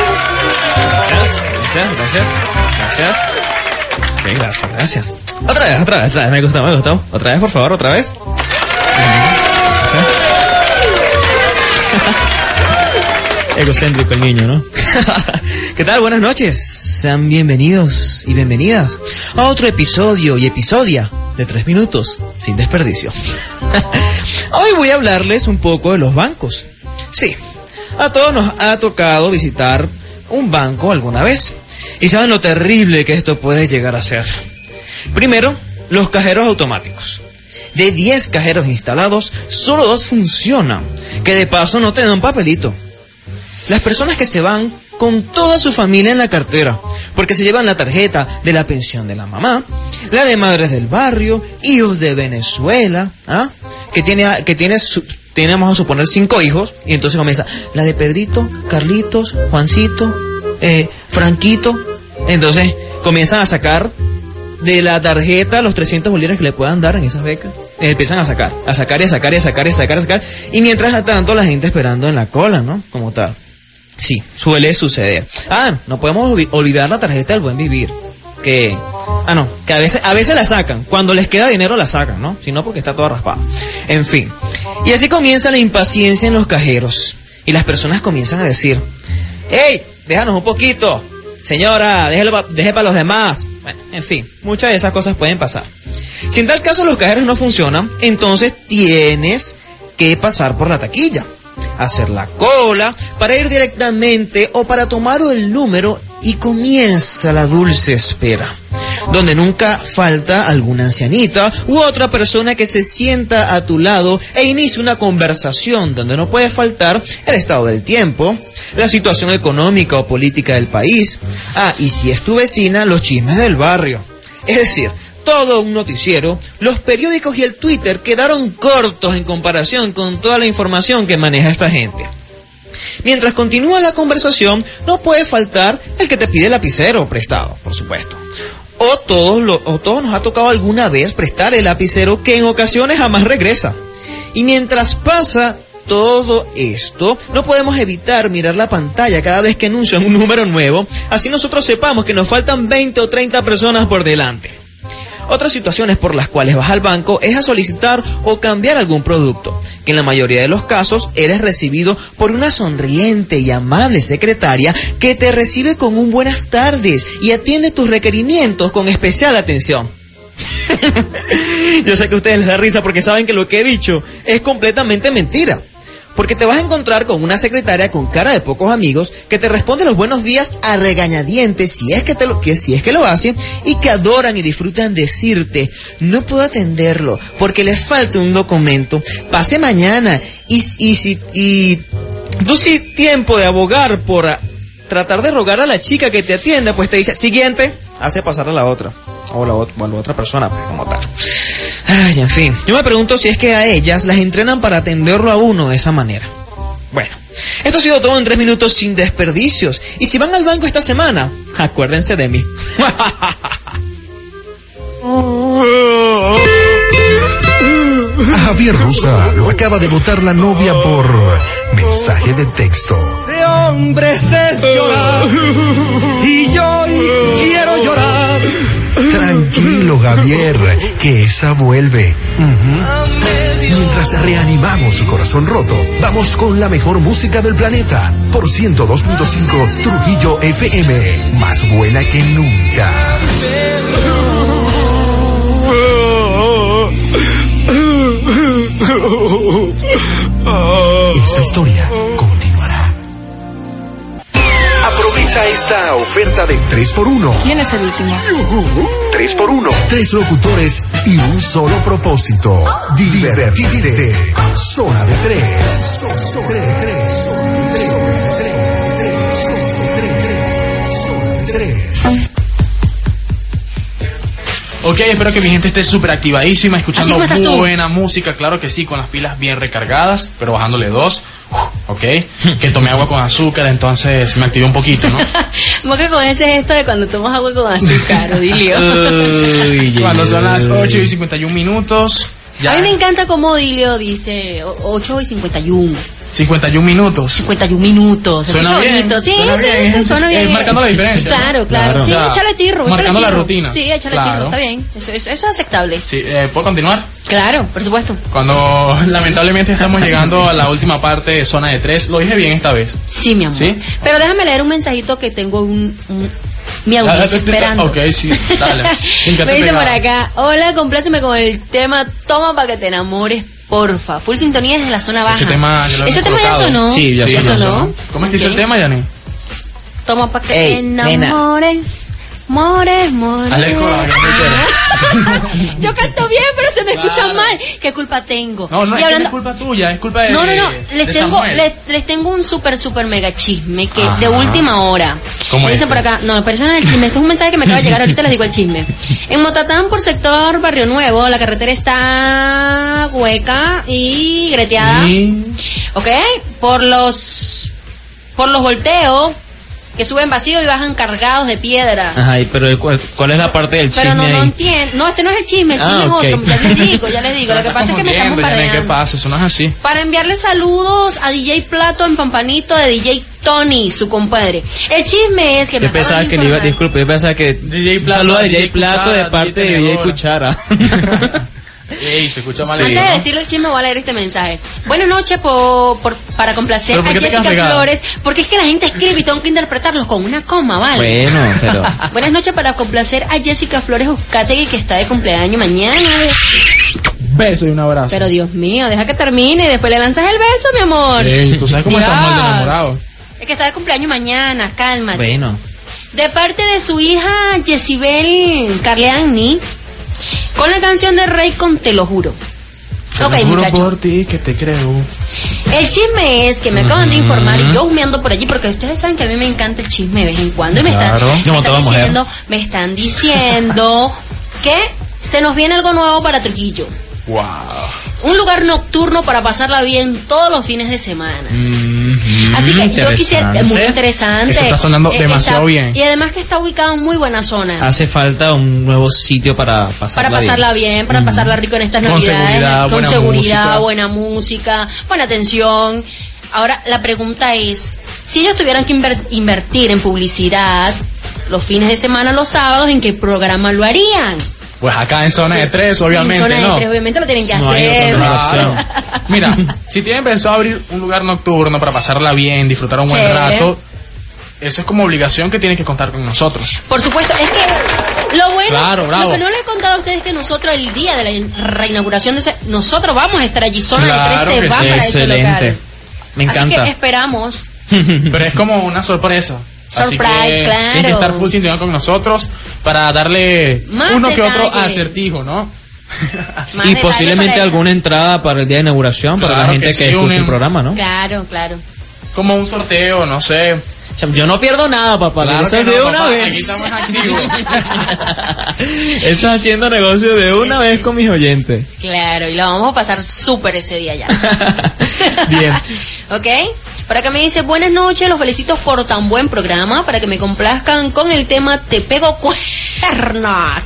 [SPEAKER 2] Gracias, gracias, gracias, gracias. Ok, gracias, gracias. Otra vez, otra vez, otra vez, me gustó, me gustó. Otra vez, por favor, otra vez. Egocéntrico el niño, ¿no? ¿Qué tal? Buenas noches. Sean bienvenidos y bienvenidas a otro episodio y episodia de tres minutos sin desperdicio. Hoy voy a hablarles un poco de los bancos. Sí, a todos nos ha tocado visitar un banco alguna vez. Y saben lo terrible que esto puede llegar a ser. Primero, los cajeros automáticos. De 10 cajeros instalados, solo dos funcionan, que de paso no te dan papelito. Las personas que se van con toda su familia en la cartera, porque se llevan la tarjeta de la pensión de la mamá, la de madres del barrio, hijos de Venezuela, ¿ah? que tiene, a- que tiene su- tiene, vamos a suponer cinco hijos, y entonces comienza la de Pedrito, Carlitos, Juancito, eh, Franquito, entonces comienzan a sacar de la tarjeta los 300 bolívares que le puedan dar en esas becas. Eh, Empiezan a sacar, a sacar y a sacar y a sacar y a sacar y a sacar. Y mientras tanto la gente esperando en la cola, ¿no? Como tal. Sí, suele suceder. Ah, no podemos olvi- olvidar la tarjeta del buen vivir. Que. Ah, no, que a veces, a veces la sacan. Cuando les queda dinero la sacan, ¿no? Si no, porque está toda raspada. En fin. Y así comienza la impaciencia en los cajeros. Y las personas comienzan a decir: ¡Ey! Déjanos un poquito. Señora, déjelo pa- deje para los demás. Bueno, en fin, muchas de esas cosas pueden pasar. Si en tal caso los cajeros no funcionan, entonces tienes que pasar por la taquilla, hacer la cola, para ir directamente o para tomar el número y comienza la dulce espera, donde nunca falta alguna ancianita u otra persona que se sienta a tu lado e inicia una conversación donde no puede faltar el estado del tiempo, la situación económica o política del país, ah, y si es tu vecina, los chismes del barrio. Es decir, todo un noticiero, los periódicos y el Twitter quedaron cortos en comparación con toda la información que maneja esta gente. Mientras continúa la conversación, no puede faltar el que te pide el lapicero prestado, por supuesto. O todos, lo- o todos nos ha tocado alguna vez prestar el lapicero que en ocasiones jamás regresa. Y mientras pasa todo esto, no podemos evitar mirar la pantalla cada vez que anuncian un número nuevo, así nosotros sepamos que nos faltan 20 o 30 personas por delante. Otras situaciones por las cuales vas al banco es a solicitar o cambiar algún producto, que en la mayoría de los casos eres recibido por una sonriente y amable secretaria que te recibe con un buenas tardes y atiende tus requerimientos con especial atención. Yo sé que a ustedes les da risa porque saben que lo que he dicho es completamente mentira. Porque te vas a encontrar con una secretaria con cara de pocos amigos que te responde los buenos días a regañadientes si es que, te lo, que, si es que lo hace y que adoran y disfrutan decirte, no puedo atenderlo porque le falta un documento, pase mañana y, y, si- y tú sí tiempo de abogar por ah, tratar de rogar a la chica que te atienda, pues te dice, siguiente, hace pasar a la otra. O la, ot- o a la otra persona, pues, como tal. Ay, en fin. Yo me pregunto si es que a ellas las entrenan para atenderlo a uno de esa manera. Bueno, esto ha sido todo en tres minutos sin desperdicios. Y si van al banco esta semana, acuérdense de mí.
[SPEAKER 5] A Javier Rusa lo acaba de votar la novia por mensaje de texto.
[SPEAKER 9] de hombres es llorar y yo quiero llorar.
[SPEAKER 5] Tranquilo, Javier, que esa vuelve. Ujú. Mientras reanimamos su corazón roto, vamos con la mejor música del planeta. Por 102.5 Trujillo FM. Más buena que nunca. Esta historia continuará. Aprovecha esta oferta de 3x1.
[SPEAKER 10] ¿Quién es el último?
[SPEAKER 5] 3x1. Tres locutores y un solo propósito. Divertirte. Zona de tres. Tres, tres, tres, tres, tres, tres.
[SPEAKER 3] Ok, espero que mi gente esté súper activadísima,
[SPEAKER 4] Así
[SPEAKER 3] escuchando
[SPEAKER 4] como estás tú.
[SPEAKER 3] buena música, claro que sí, con las pilas bien recargadas, pero bajándole dos. Uf, ok, que tomé agua con azúcar, entonces me activé un poquito, ¿no?
[SPEAKER 4] Moca con ese gesto de cuando tomas agua con azúcar, Odilio.
[SPEAKER 2] Uy,
[SPEAKER 3] Cuando son las 8 y 51 minutos,
[SPEAKER 4] A
[SPEAKER 3] ya
[SPEAKER 4] mí me encanta cómo Odilio dice o- 8 y 51,
[SPEAKER 3] 51 minutos.
[SPEAKER 4] 51 minutos. Se
[SPEAKER 3] Suena
[SPEAKER 4] escucha
[SPEAKER 3] bien,
[SPEAKER 4] bonito. Sí,
[SPEAKER 3] suena
[SPEAKER 4] sí,
[SPEAKER 3] bien.
[SPEAKER 4] sí, suena
[SPEAKER 3] Eh,
[SPEAKER 4] bien.
[SPEAKER 3] marcando la diferencia,
[SPEAKER 4] Claro,
[SPEAKER 3] ¿no?
[SPEAKER 4] claro.
[SPEAKER 3] Claro.
[SPEAKER 4] Sí,
[SPEAKER 3] O sea,
[SPEAKER 4] échale tirro. échale
[SPEAKER 3] marcando la
[SPEAKER 4] tirro.
[SPEAKER 3] rutina.
[SPEAKER 4] Sí, échale
[SPEAKER 3] Claro.
[SPEAKER 4] tirro, está bien. Eso, eso- eso es aceptable.
[SPEAKER 3] Sí, eh, ¿Puedo continuar?
[SPEAKER 4] Claro, por supuesto.
[SPEAKER 3] Cuando lamentablemente estamos llegando a la última parte de zona de 3, lo dije bien esta vez.
[SPEAKER 4] Sí, mi amor.
[SPEAKER 3] ¿Sí?
[SPEAKER 4] Pero déjame leer un mensajito que tengo un, un- mi
[SPEAKER 3] Ah, te-
[SPEAKER 4] audiencia
[SPEAKER 3] te-
[SPEAKER 4] esperando.
[SPEAKER 3] ok, sí, dale. Siéntate
[SPEAKER 4] Me dice
[SPEAKER 3] pegada.
[SPEAKER 4] por acá, hola, compláceme con el tema Toma para que te enamores, porfa. Full sintonía desde la zona baja.
[SPEAKER 3] Ese tema ya lo
[SPEAKER 4] Ese
[SPEAKER 3] hemos
[SPEAKER 4] tema ya
[SPEAKER 3] colocado.
[SPEAKER 4] sonó.
[SPEAKER 7] Sí, ya
[SPEAKER 4] sonó.
[SPEAKER 3] ¿Cómo es que dice
[SPEAKER 4] Ok.
[SPEAKER 3] el tema, Yanni?
[SPEAKER 4] Toma para que
[SPEAKER 2] Ey,
[SPEAKER 4] te
[SPEAKER 2] nena.
[SPEAKER 4] enamores. More, more. Ah.
[SPEAKER 3] Hazle el coro, hazle el
[SPEAKER 4] Yo canto bien, pero se me escucha mal. ¿Qué culpa tengo?
[SPEAKER 3] No, no, es,
[SPEAKER 4] Y
[SPEAKER 3] que no
[SPEAKER 4] hablando-
[SPEAKER 3] es culpa tuya, es culpa de
[SPEAKER 4] no, no, no.
[SPEAKER 3] Eh, de
[SPEAKER 4] Les tengo,
[SPEAKER 3] Samuel.
[SPEAKER 4] les, les tengo un super, super mega chisme que es de última hora.
[SPEAKER 3] ¿Cómo
[SPEAKER 4] Me
[SPEAKER 3] es
[SPEAKER 4] dicen por
[SPEAKER 3] este?
[SPEAKER 4] acá, no, pero eso no es el chisme. Esto es un mensaje que me acaba de llegar. Ahorita les digo el chisme. En Motatán, por sector Barrio Nuevo, la carretera está hueca y greteada. ¿Ok? Por los, por los volteos que suben vacíos y bajan cargados de piedra.
[SPEAKER 2] Ah,
[SPEAKER 7] Ajá, y pero el cual- ¿cuál es la parte del
[SPEAKER 4] Pero
[SPEAKER 7] chisme
[SPEAKER 4] no, no
[SPEAKER 7] ahí?
[SPEAKER 4] entiendo. No, este no es el chisme, el
[SPEAKER 7] Ah,
[SPEAKER 4] chisme
[SPEAKER 7] ok.
[SPEAKER 4] es otro. Ya les digo, ya les digo. Lo que
[SPEAKER 3] Estás
[SPEAKER 4] pasa es que me
[SPEAKER 3] confundiendo,
[SPEAKER 4] estamos
[SPEAKER 3] pues, Yanni, ¿Qué
[SPEAKER 4] pardeando.
[SPEAKER 3] pasa? Sonas así.
[SPEAKER 4] Para enviarle saludos a DJ Plato en Pampanito de DJ Tony, su compadre. El chisme es que me
[SPEAKER 7] Yo
[SPEAKER 4] acaban
[SPEAKER 7] pensaba
[SPEAKER 4] de
[SPEAKER 7] que le iba,
[SPEAKER 4] informar-
[SPEAKER 7] disculpe, yo pensaba que
[SPEAKER 3] DJ
[SPEAKER 7] un
[SPEAKER 3] Plato,
[SPEAKER 7] saludo a
[SPEAKER 3] DJ
[SPEAKER 7] DJ Plato de
[SPEAKER 3] Cuchara,
[SPEAKER 7] parte
[SPEAKER 3] DJ
[SPEAKER 7] de DJ
[SPEAKER 3] Tenedora.
[SPEAKER 7] Cuchara.
[SPEAKER 3] Ey, se escucha mal
[SPEAKER 4] Antes
[SPEAKER 3] eso,
[SPEAKER 4] de
[SPEAKER 3] ¿no?
[SPEAKER 4] decirle el chisme, voy a leer este mensaje. Buenas noches po- por- para complacer
[SPEAKER 3] ¿Pero
[SPEAKER 4] a
[SPEAKER 3] por qué te
[SPEAKER 4] Jessica
[SPEAKER 3] quedas pegada?
[SPEAKER 4] Flores, porque es que la gente escribe y tengo que interpretarlos con una coma, ¿vale?
[SPEAKER 7] bueno, pero...
[SPEAKER 4] Buenas noches para complacer a Jessica Flores Uzcategui, que está de cumpleaños mañana.
[SPEAKER 3] Beso y un abrazo.
[SPEAKER 4] Pero Dios mío, deja que termine y después le lanzas el beso, mi amor.
[SPEAKER 3] Ey, tú sabes cómo es Samuel de
[SPEAKER 4] Dios.
[SPEAKER 3] enamorado.
[SPEAKER 4] Es que está de cumpleaños mañana, cálmate.
[SPEAKER 7] Bueno.
[SPEAKER 4] De parte de su hija Jezibel Carleani, con la canción de Rey con Te lo juro. Ok,
[SPEAKER 3] Te juro
[SPEAKER 4] muchachos.
[SPEAKER 3] por ti que te creo.
[SPEAKER 4] El chisme es que me acaban de informar y yo humeando por allí porque ustedes saben que a mí me encanta el chisme de vez en cuando y me están,
[SPEAKER 3] Claro.
[SPEAKER 4] me
[SPEAKER 3] Como
[SPEAKER 4] están
[SPEAKER 3] toda mujer.
[SPEAKER 4] diciendo, me están diciendo que se nos viene algo nuevo para Trujillo.
[SPEAKER 3] Wow.
[SPEAKER 4] Un lugar nocturno para pasarla bien todos los fines de semana. Así que yo quisiera, es muy interesante.
[SPEAKER 3] Eso está sonando
[SPEAKER 4] Eh,
[SPEAKER 3] demasiado
[SPEAKER 4] está-
[SPEAKER 3] bien.
[SPEAKER 4] Y además que está ubicado en muy buena zona.
[SPEAKER 7] Hace falta un nuevo sitio para pasarla
[SPEAKER 4] Para pasarla bien, para pasarla rico en estas
[SPEAKER 3] Con
[SPEAKER 4] navidades.
[SPEAKER 3] seguridad,
[SPEAKER 4] con
[SPEAKER 3] buena
[SPEAKER 4] seguridad,
[SPEAKER 3] música.
[SPEAKER 4] buena música, buena atención. Ahora, la pregunta es, si ellos tuvieran que inver- invertir en publicidad los fines de semana, los sábados, ¿en qué programa lo harían?
[SPEAKER 3] Pues acá en zona de tres,
[SPEAKER 4] En
[SPEAKER 3] obviamente,
[SPEAKER 4] zona
[SPEAKER 3] ¿no?
[SPEAKER 4] de tres, obviamente lo tienen que
[SPEAKER 7] No hay
[SPEAKER 4] hacer.
[SPEAKER 7] otra
[SPEAKER 3] Claro.
[SPEAKER 7] opción.
[SPEAKER 3] Mira, si tienen pensado abrir un lugar nocturno para pasarla bien, disfrutar un buen
[SPEAKER 4] Chévere.
[SPEAKER 3] rato, eso es como obligación que tienen que contar con nosotros.
[SPEAKER 4] Por supuesto, es que lo bueno,
[SPEAKER 3] Claro, bravo.
[SPEAKER 4] lo que no les he contado a ustedes es que nosotros el día de la in- reinauguración de ese, nosotros vamos a estar allí, zona
[SPEAKER 3] Claro
[SPEAKER 4] de tres, se
[SPEAKER 3] que
[SPEAKER 4] va
[SPEAKER 3] sí,
[SPEAKER 4] para ese local.
[SPEAKER 7] excelente. Me
[SPEAKER 4] Así que
[SPEAKER 7] encanta.
[SPEAKER 4] esperamos
[SPEAKER 3] Pero es como una sorpresa. Así que
[SPEAKER 4] Surprise, claro.
[SPEAKER 3] tienen que estar full sintonía con nosotros para darle
[SPEAKER 4] Más
[SPEAKER 3] uno que otro
[SPEAKER 4] detalle.
[SPEAKER 3] acertijo, ¿no?
[SPEAKER 4] más
[SPEAKER 7] Y
[SPEAKER 4] detalles
[SPEAKER 7] posiblemente
[SPEAKER 4] para eso.
[SPEAKER 7] alguna entrada para el día de inauguración para
[SPEAKER 3] Claro
[SPEAKER 7] la gente
[SPEAKER 3] que
[SPEAKER 7] que,
[SPEAKER 3] sí,
[SPEAKER 7] escuche
[SPEAKER 3] un-
[SPEAKER 7] el programa, ¿no?
[SPEAKER 4] Claro, claro.
[SPEAKER 3] Como un sorteo, no sé.
[SPEAKER 2] Cham- Yo no pierdo nada, papá.
[SPEAKER 3] Claro
[SPEAKER 2] Eso
[SPEAKER 3] que
[SPEAKER 2] es
[SPEAKER 3] no,
[SPEAKER 2] de
[SPEAKER 3] papá,
[SPEAKER 2] una
[SPEAKER 3] Aquí
[SPEAKER 2] vez.
[SPEAKER 3] estamos activos.
[SPEAKER 2] Eso es haciendo negocio de una vez con mis oyentes.
[SPEAKER 4] Claro, y lo vamos a pasar súper ese día ya.
[SPEAKER 2] Bien.
[SPEAKER 4] ¿Ok? Para que me dice, buenas noches, los felicito por tan buen programa, para que me complazcan con el tema Te pego cuernos.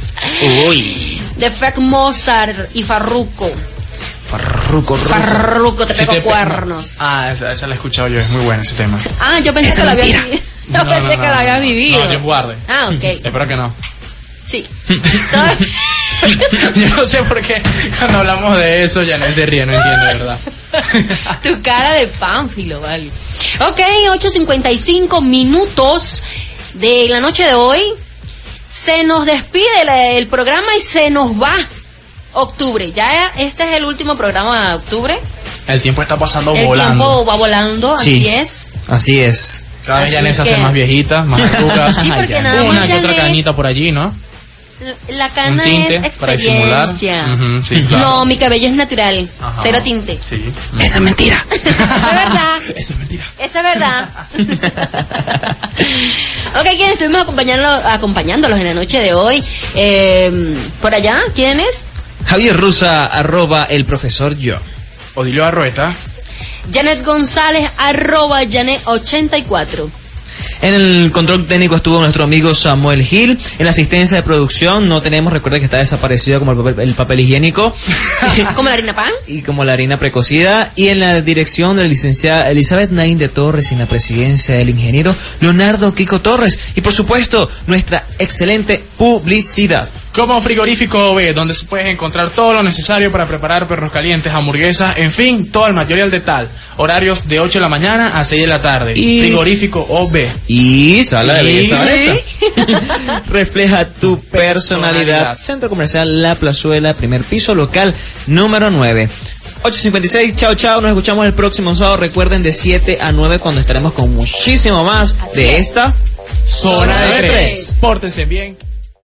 [SPEAKER 2] Uy.
[SPEAKER 4] De Frank Mozart y Farruko.
[SPEAKER 2] Farruco,
[SPEAKER 4] Farruko, Te
[SPEAKER 3] Si
[SPEAKER 4] pego
[SPEAKER 3] te pe-
[SPEAKER 4] cuernos.
[SPEAKER 3] Ah, esa, esa la he escuchado yo, es muy buena ese tema.
[SPEAKER 4] Ah, yo pensé que lo había vivido. Yo
[SPEAKER 3] No,
[SPEAKER 4] pensé
[SPEAKER 3] no, no,
[SPEAKER 4] que lo
[SPEAKER 3] no,
[SPEAKER 4] había
[SPEAKER 3] no.
[SPEAKER 4] vivido.
[SPEAKER 3] No, Dios guarde.
[SPEAKER 4] Ah, ok.
[SPEAKER 3] Espero que no.
[SPEAKER 4] Sí. Todo-
[SPEAKER 3] Yo no sé por qué cuando hablamos de eso ya no se ríe, no entiendo, de verdad.
[SPEAKER 4] tu cara de pánfilo, vale. Ok, 8.55 minutos de la noche de hoy. Se nos despide la- el programa y se nos va octubre. Ya este es el último programa de octubre.
[SPEAKER 3] El tiempo está pasando
[SPEAKER 4] el
[SPEAKER 3] volando.
[SPEAKER 4] tiempo va volando, así
[SPEAKER 2] Sí.
[SPEAKER 4] es.
[SPEAKER 2] Así es.
[SPEAKER 3] Cada vez
[SPEAKER 4] Así
[SPEAKER 3] Yanesa
[SPEAKER 4] que-
[SPEAKER 3] se hace más viejita, más arrugas.
[SPEAKER 4] Sí, porque nada
[SPEAKER 3] Una
[SPEAKER 4] más
[SPEAKER 3] que
[SPEAKER 4] ya
[SPEAKER 3] otra
[SPEAKER 4] le-
[SPEAKER 3] canita por allí, ¿no?
[SPEAKER 4] la
[SPEAKER 3] Un
[SPEAKER 4] cana
[SPEAKER 3] tinte
[SPEAKER 4] es
[SPEAKER 3] para disimular.
[SPEAKER 4] experiencia.
[SPEAKER 3] Ujú, sí, claro.
[SPEAKER 4] No, mi cabello es natural,
[SPEAKER 3] Ajá.
[SPEAKER 4] cero tinte.
[SPEAKER 3] Sí.
[SPEAKER 2] Eso es mentira.
[SPEAKER 4] Es verdad.
[SPEAKER 3] Eso es mentira.
[SPEAKER 4] Esa es verdad. ok, ¿quién estuvimos acompañando, acompañándolos en la noche de hoy? Eh, ¿Por allá? ¿Quién es?
[SPEAKER 2] Javier Rusa, arroba el profesor yo.
[SPEAKER 3] Odilio Arrueta.
[SPEAKER 4] Janet González, arroba Janet84.
[SPEAKER 2] En el control técnico estuvo nuestro amigo Samuel Gil. En la asistencia de producción no tenemos, recuerda que está desaparecido como el papel, el papel higiénico.
[SPEAKER 4] ¿Como la harina pan?
[SPEAKER 2] y como la harina precocida. Y en la dirección de la licenciada Elizabeth Nain de Torres y en la presidencia del ingeniero Leonardo Kiko Torres. Y por supuesto, nuestra excelente publicidad.
[SPEAKER 3] Como frigorífico OB, donde se puede encontrar todo lo necesario para preparar perros calientes, hamburguesas, en fin, todo el material de tal. Horarios de 8 de la mañana a 6 de la tarde.
[SPEAKER 2] Y-
[SPEAKER 3] Frigorífico OB.
[SPEAKER 2] Y sala de
[SPEAKER 3] Y-
[SPEAKER 2] belleza Vanessa. Refleja tu personalidad.
[SPEAKER 3] Personalidad.
[SPEAKER 2] Centro Comercial La Plazuela, primer piso, local número 9. 8.56, chao chao, nos escuchamos el próximo sábado. Recuerden de 7 a 9 cuando estaremos con muchísimo más de esta
[SPEAKER 3] Zona
[SPEAKER 4] de
[SPEAKER 3] de
[SPEAKER 4] tres.
[SPEAKER 3] 3. Pórtense bien.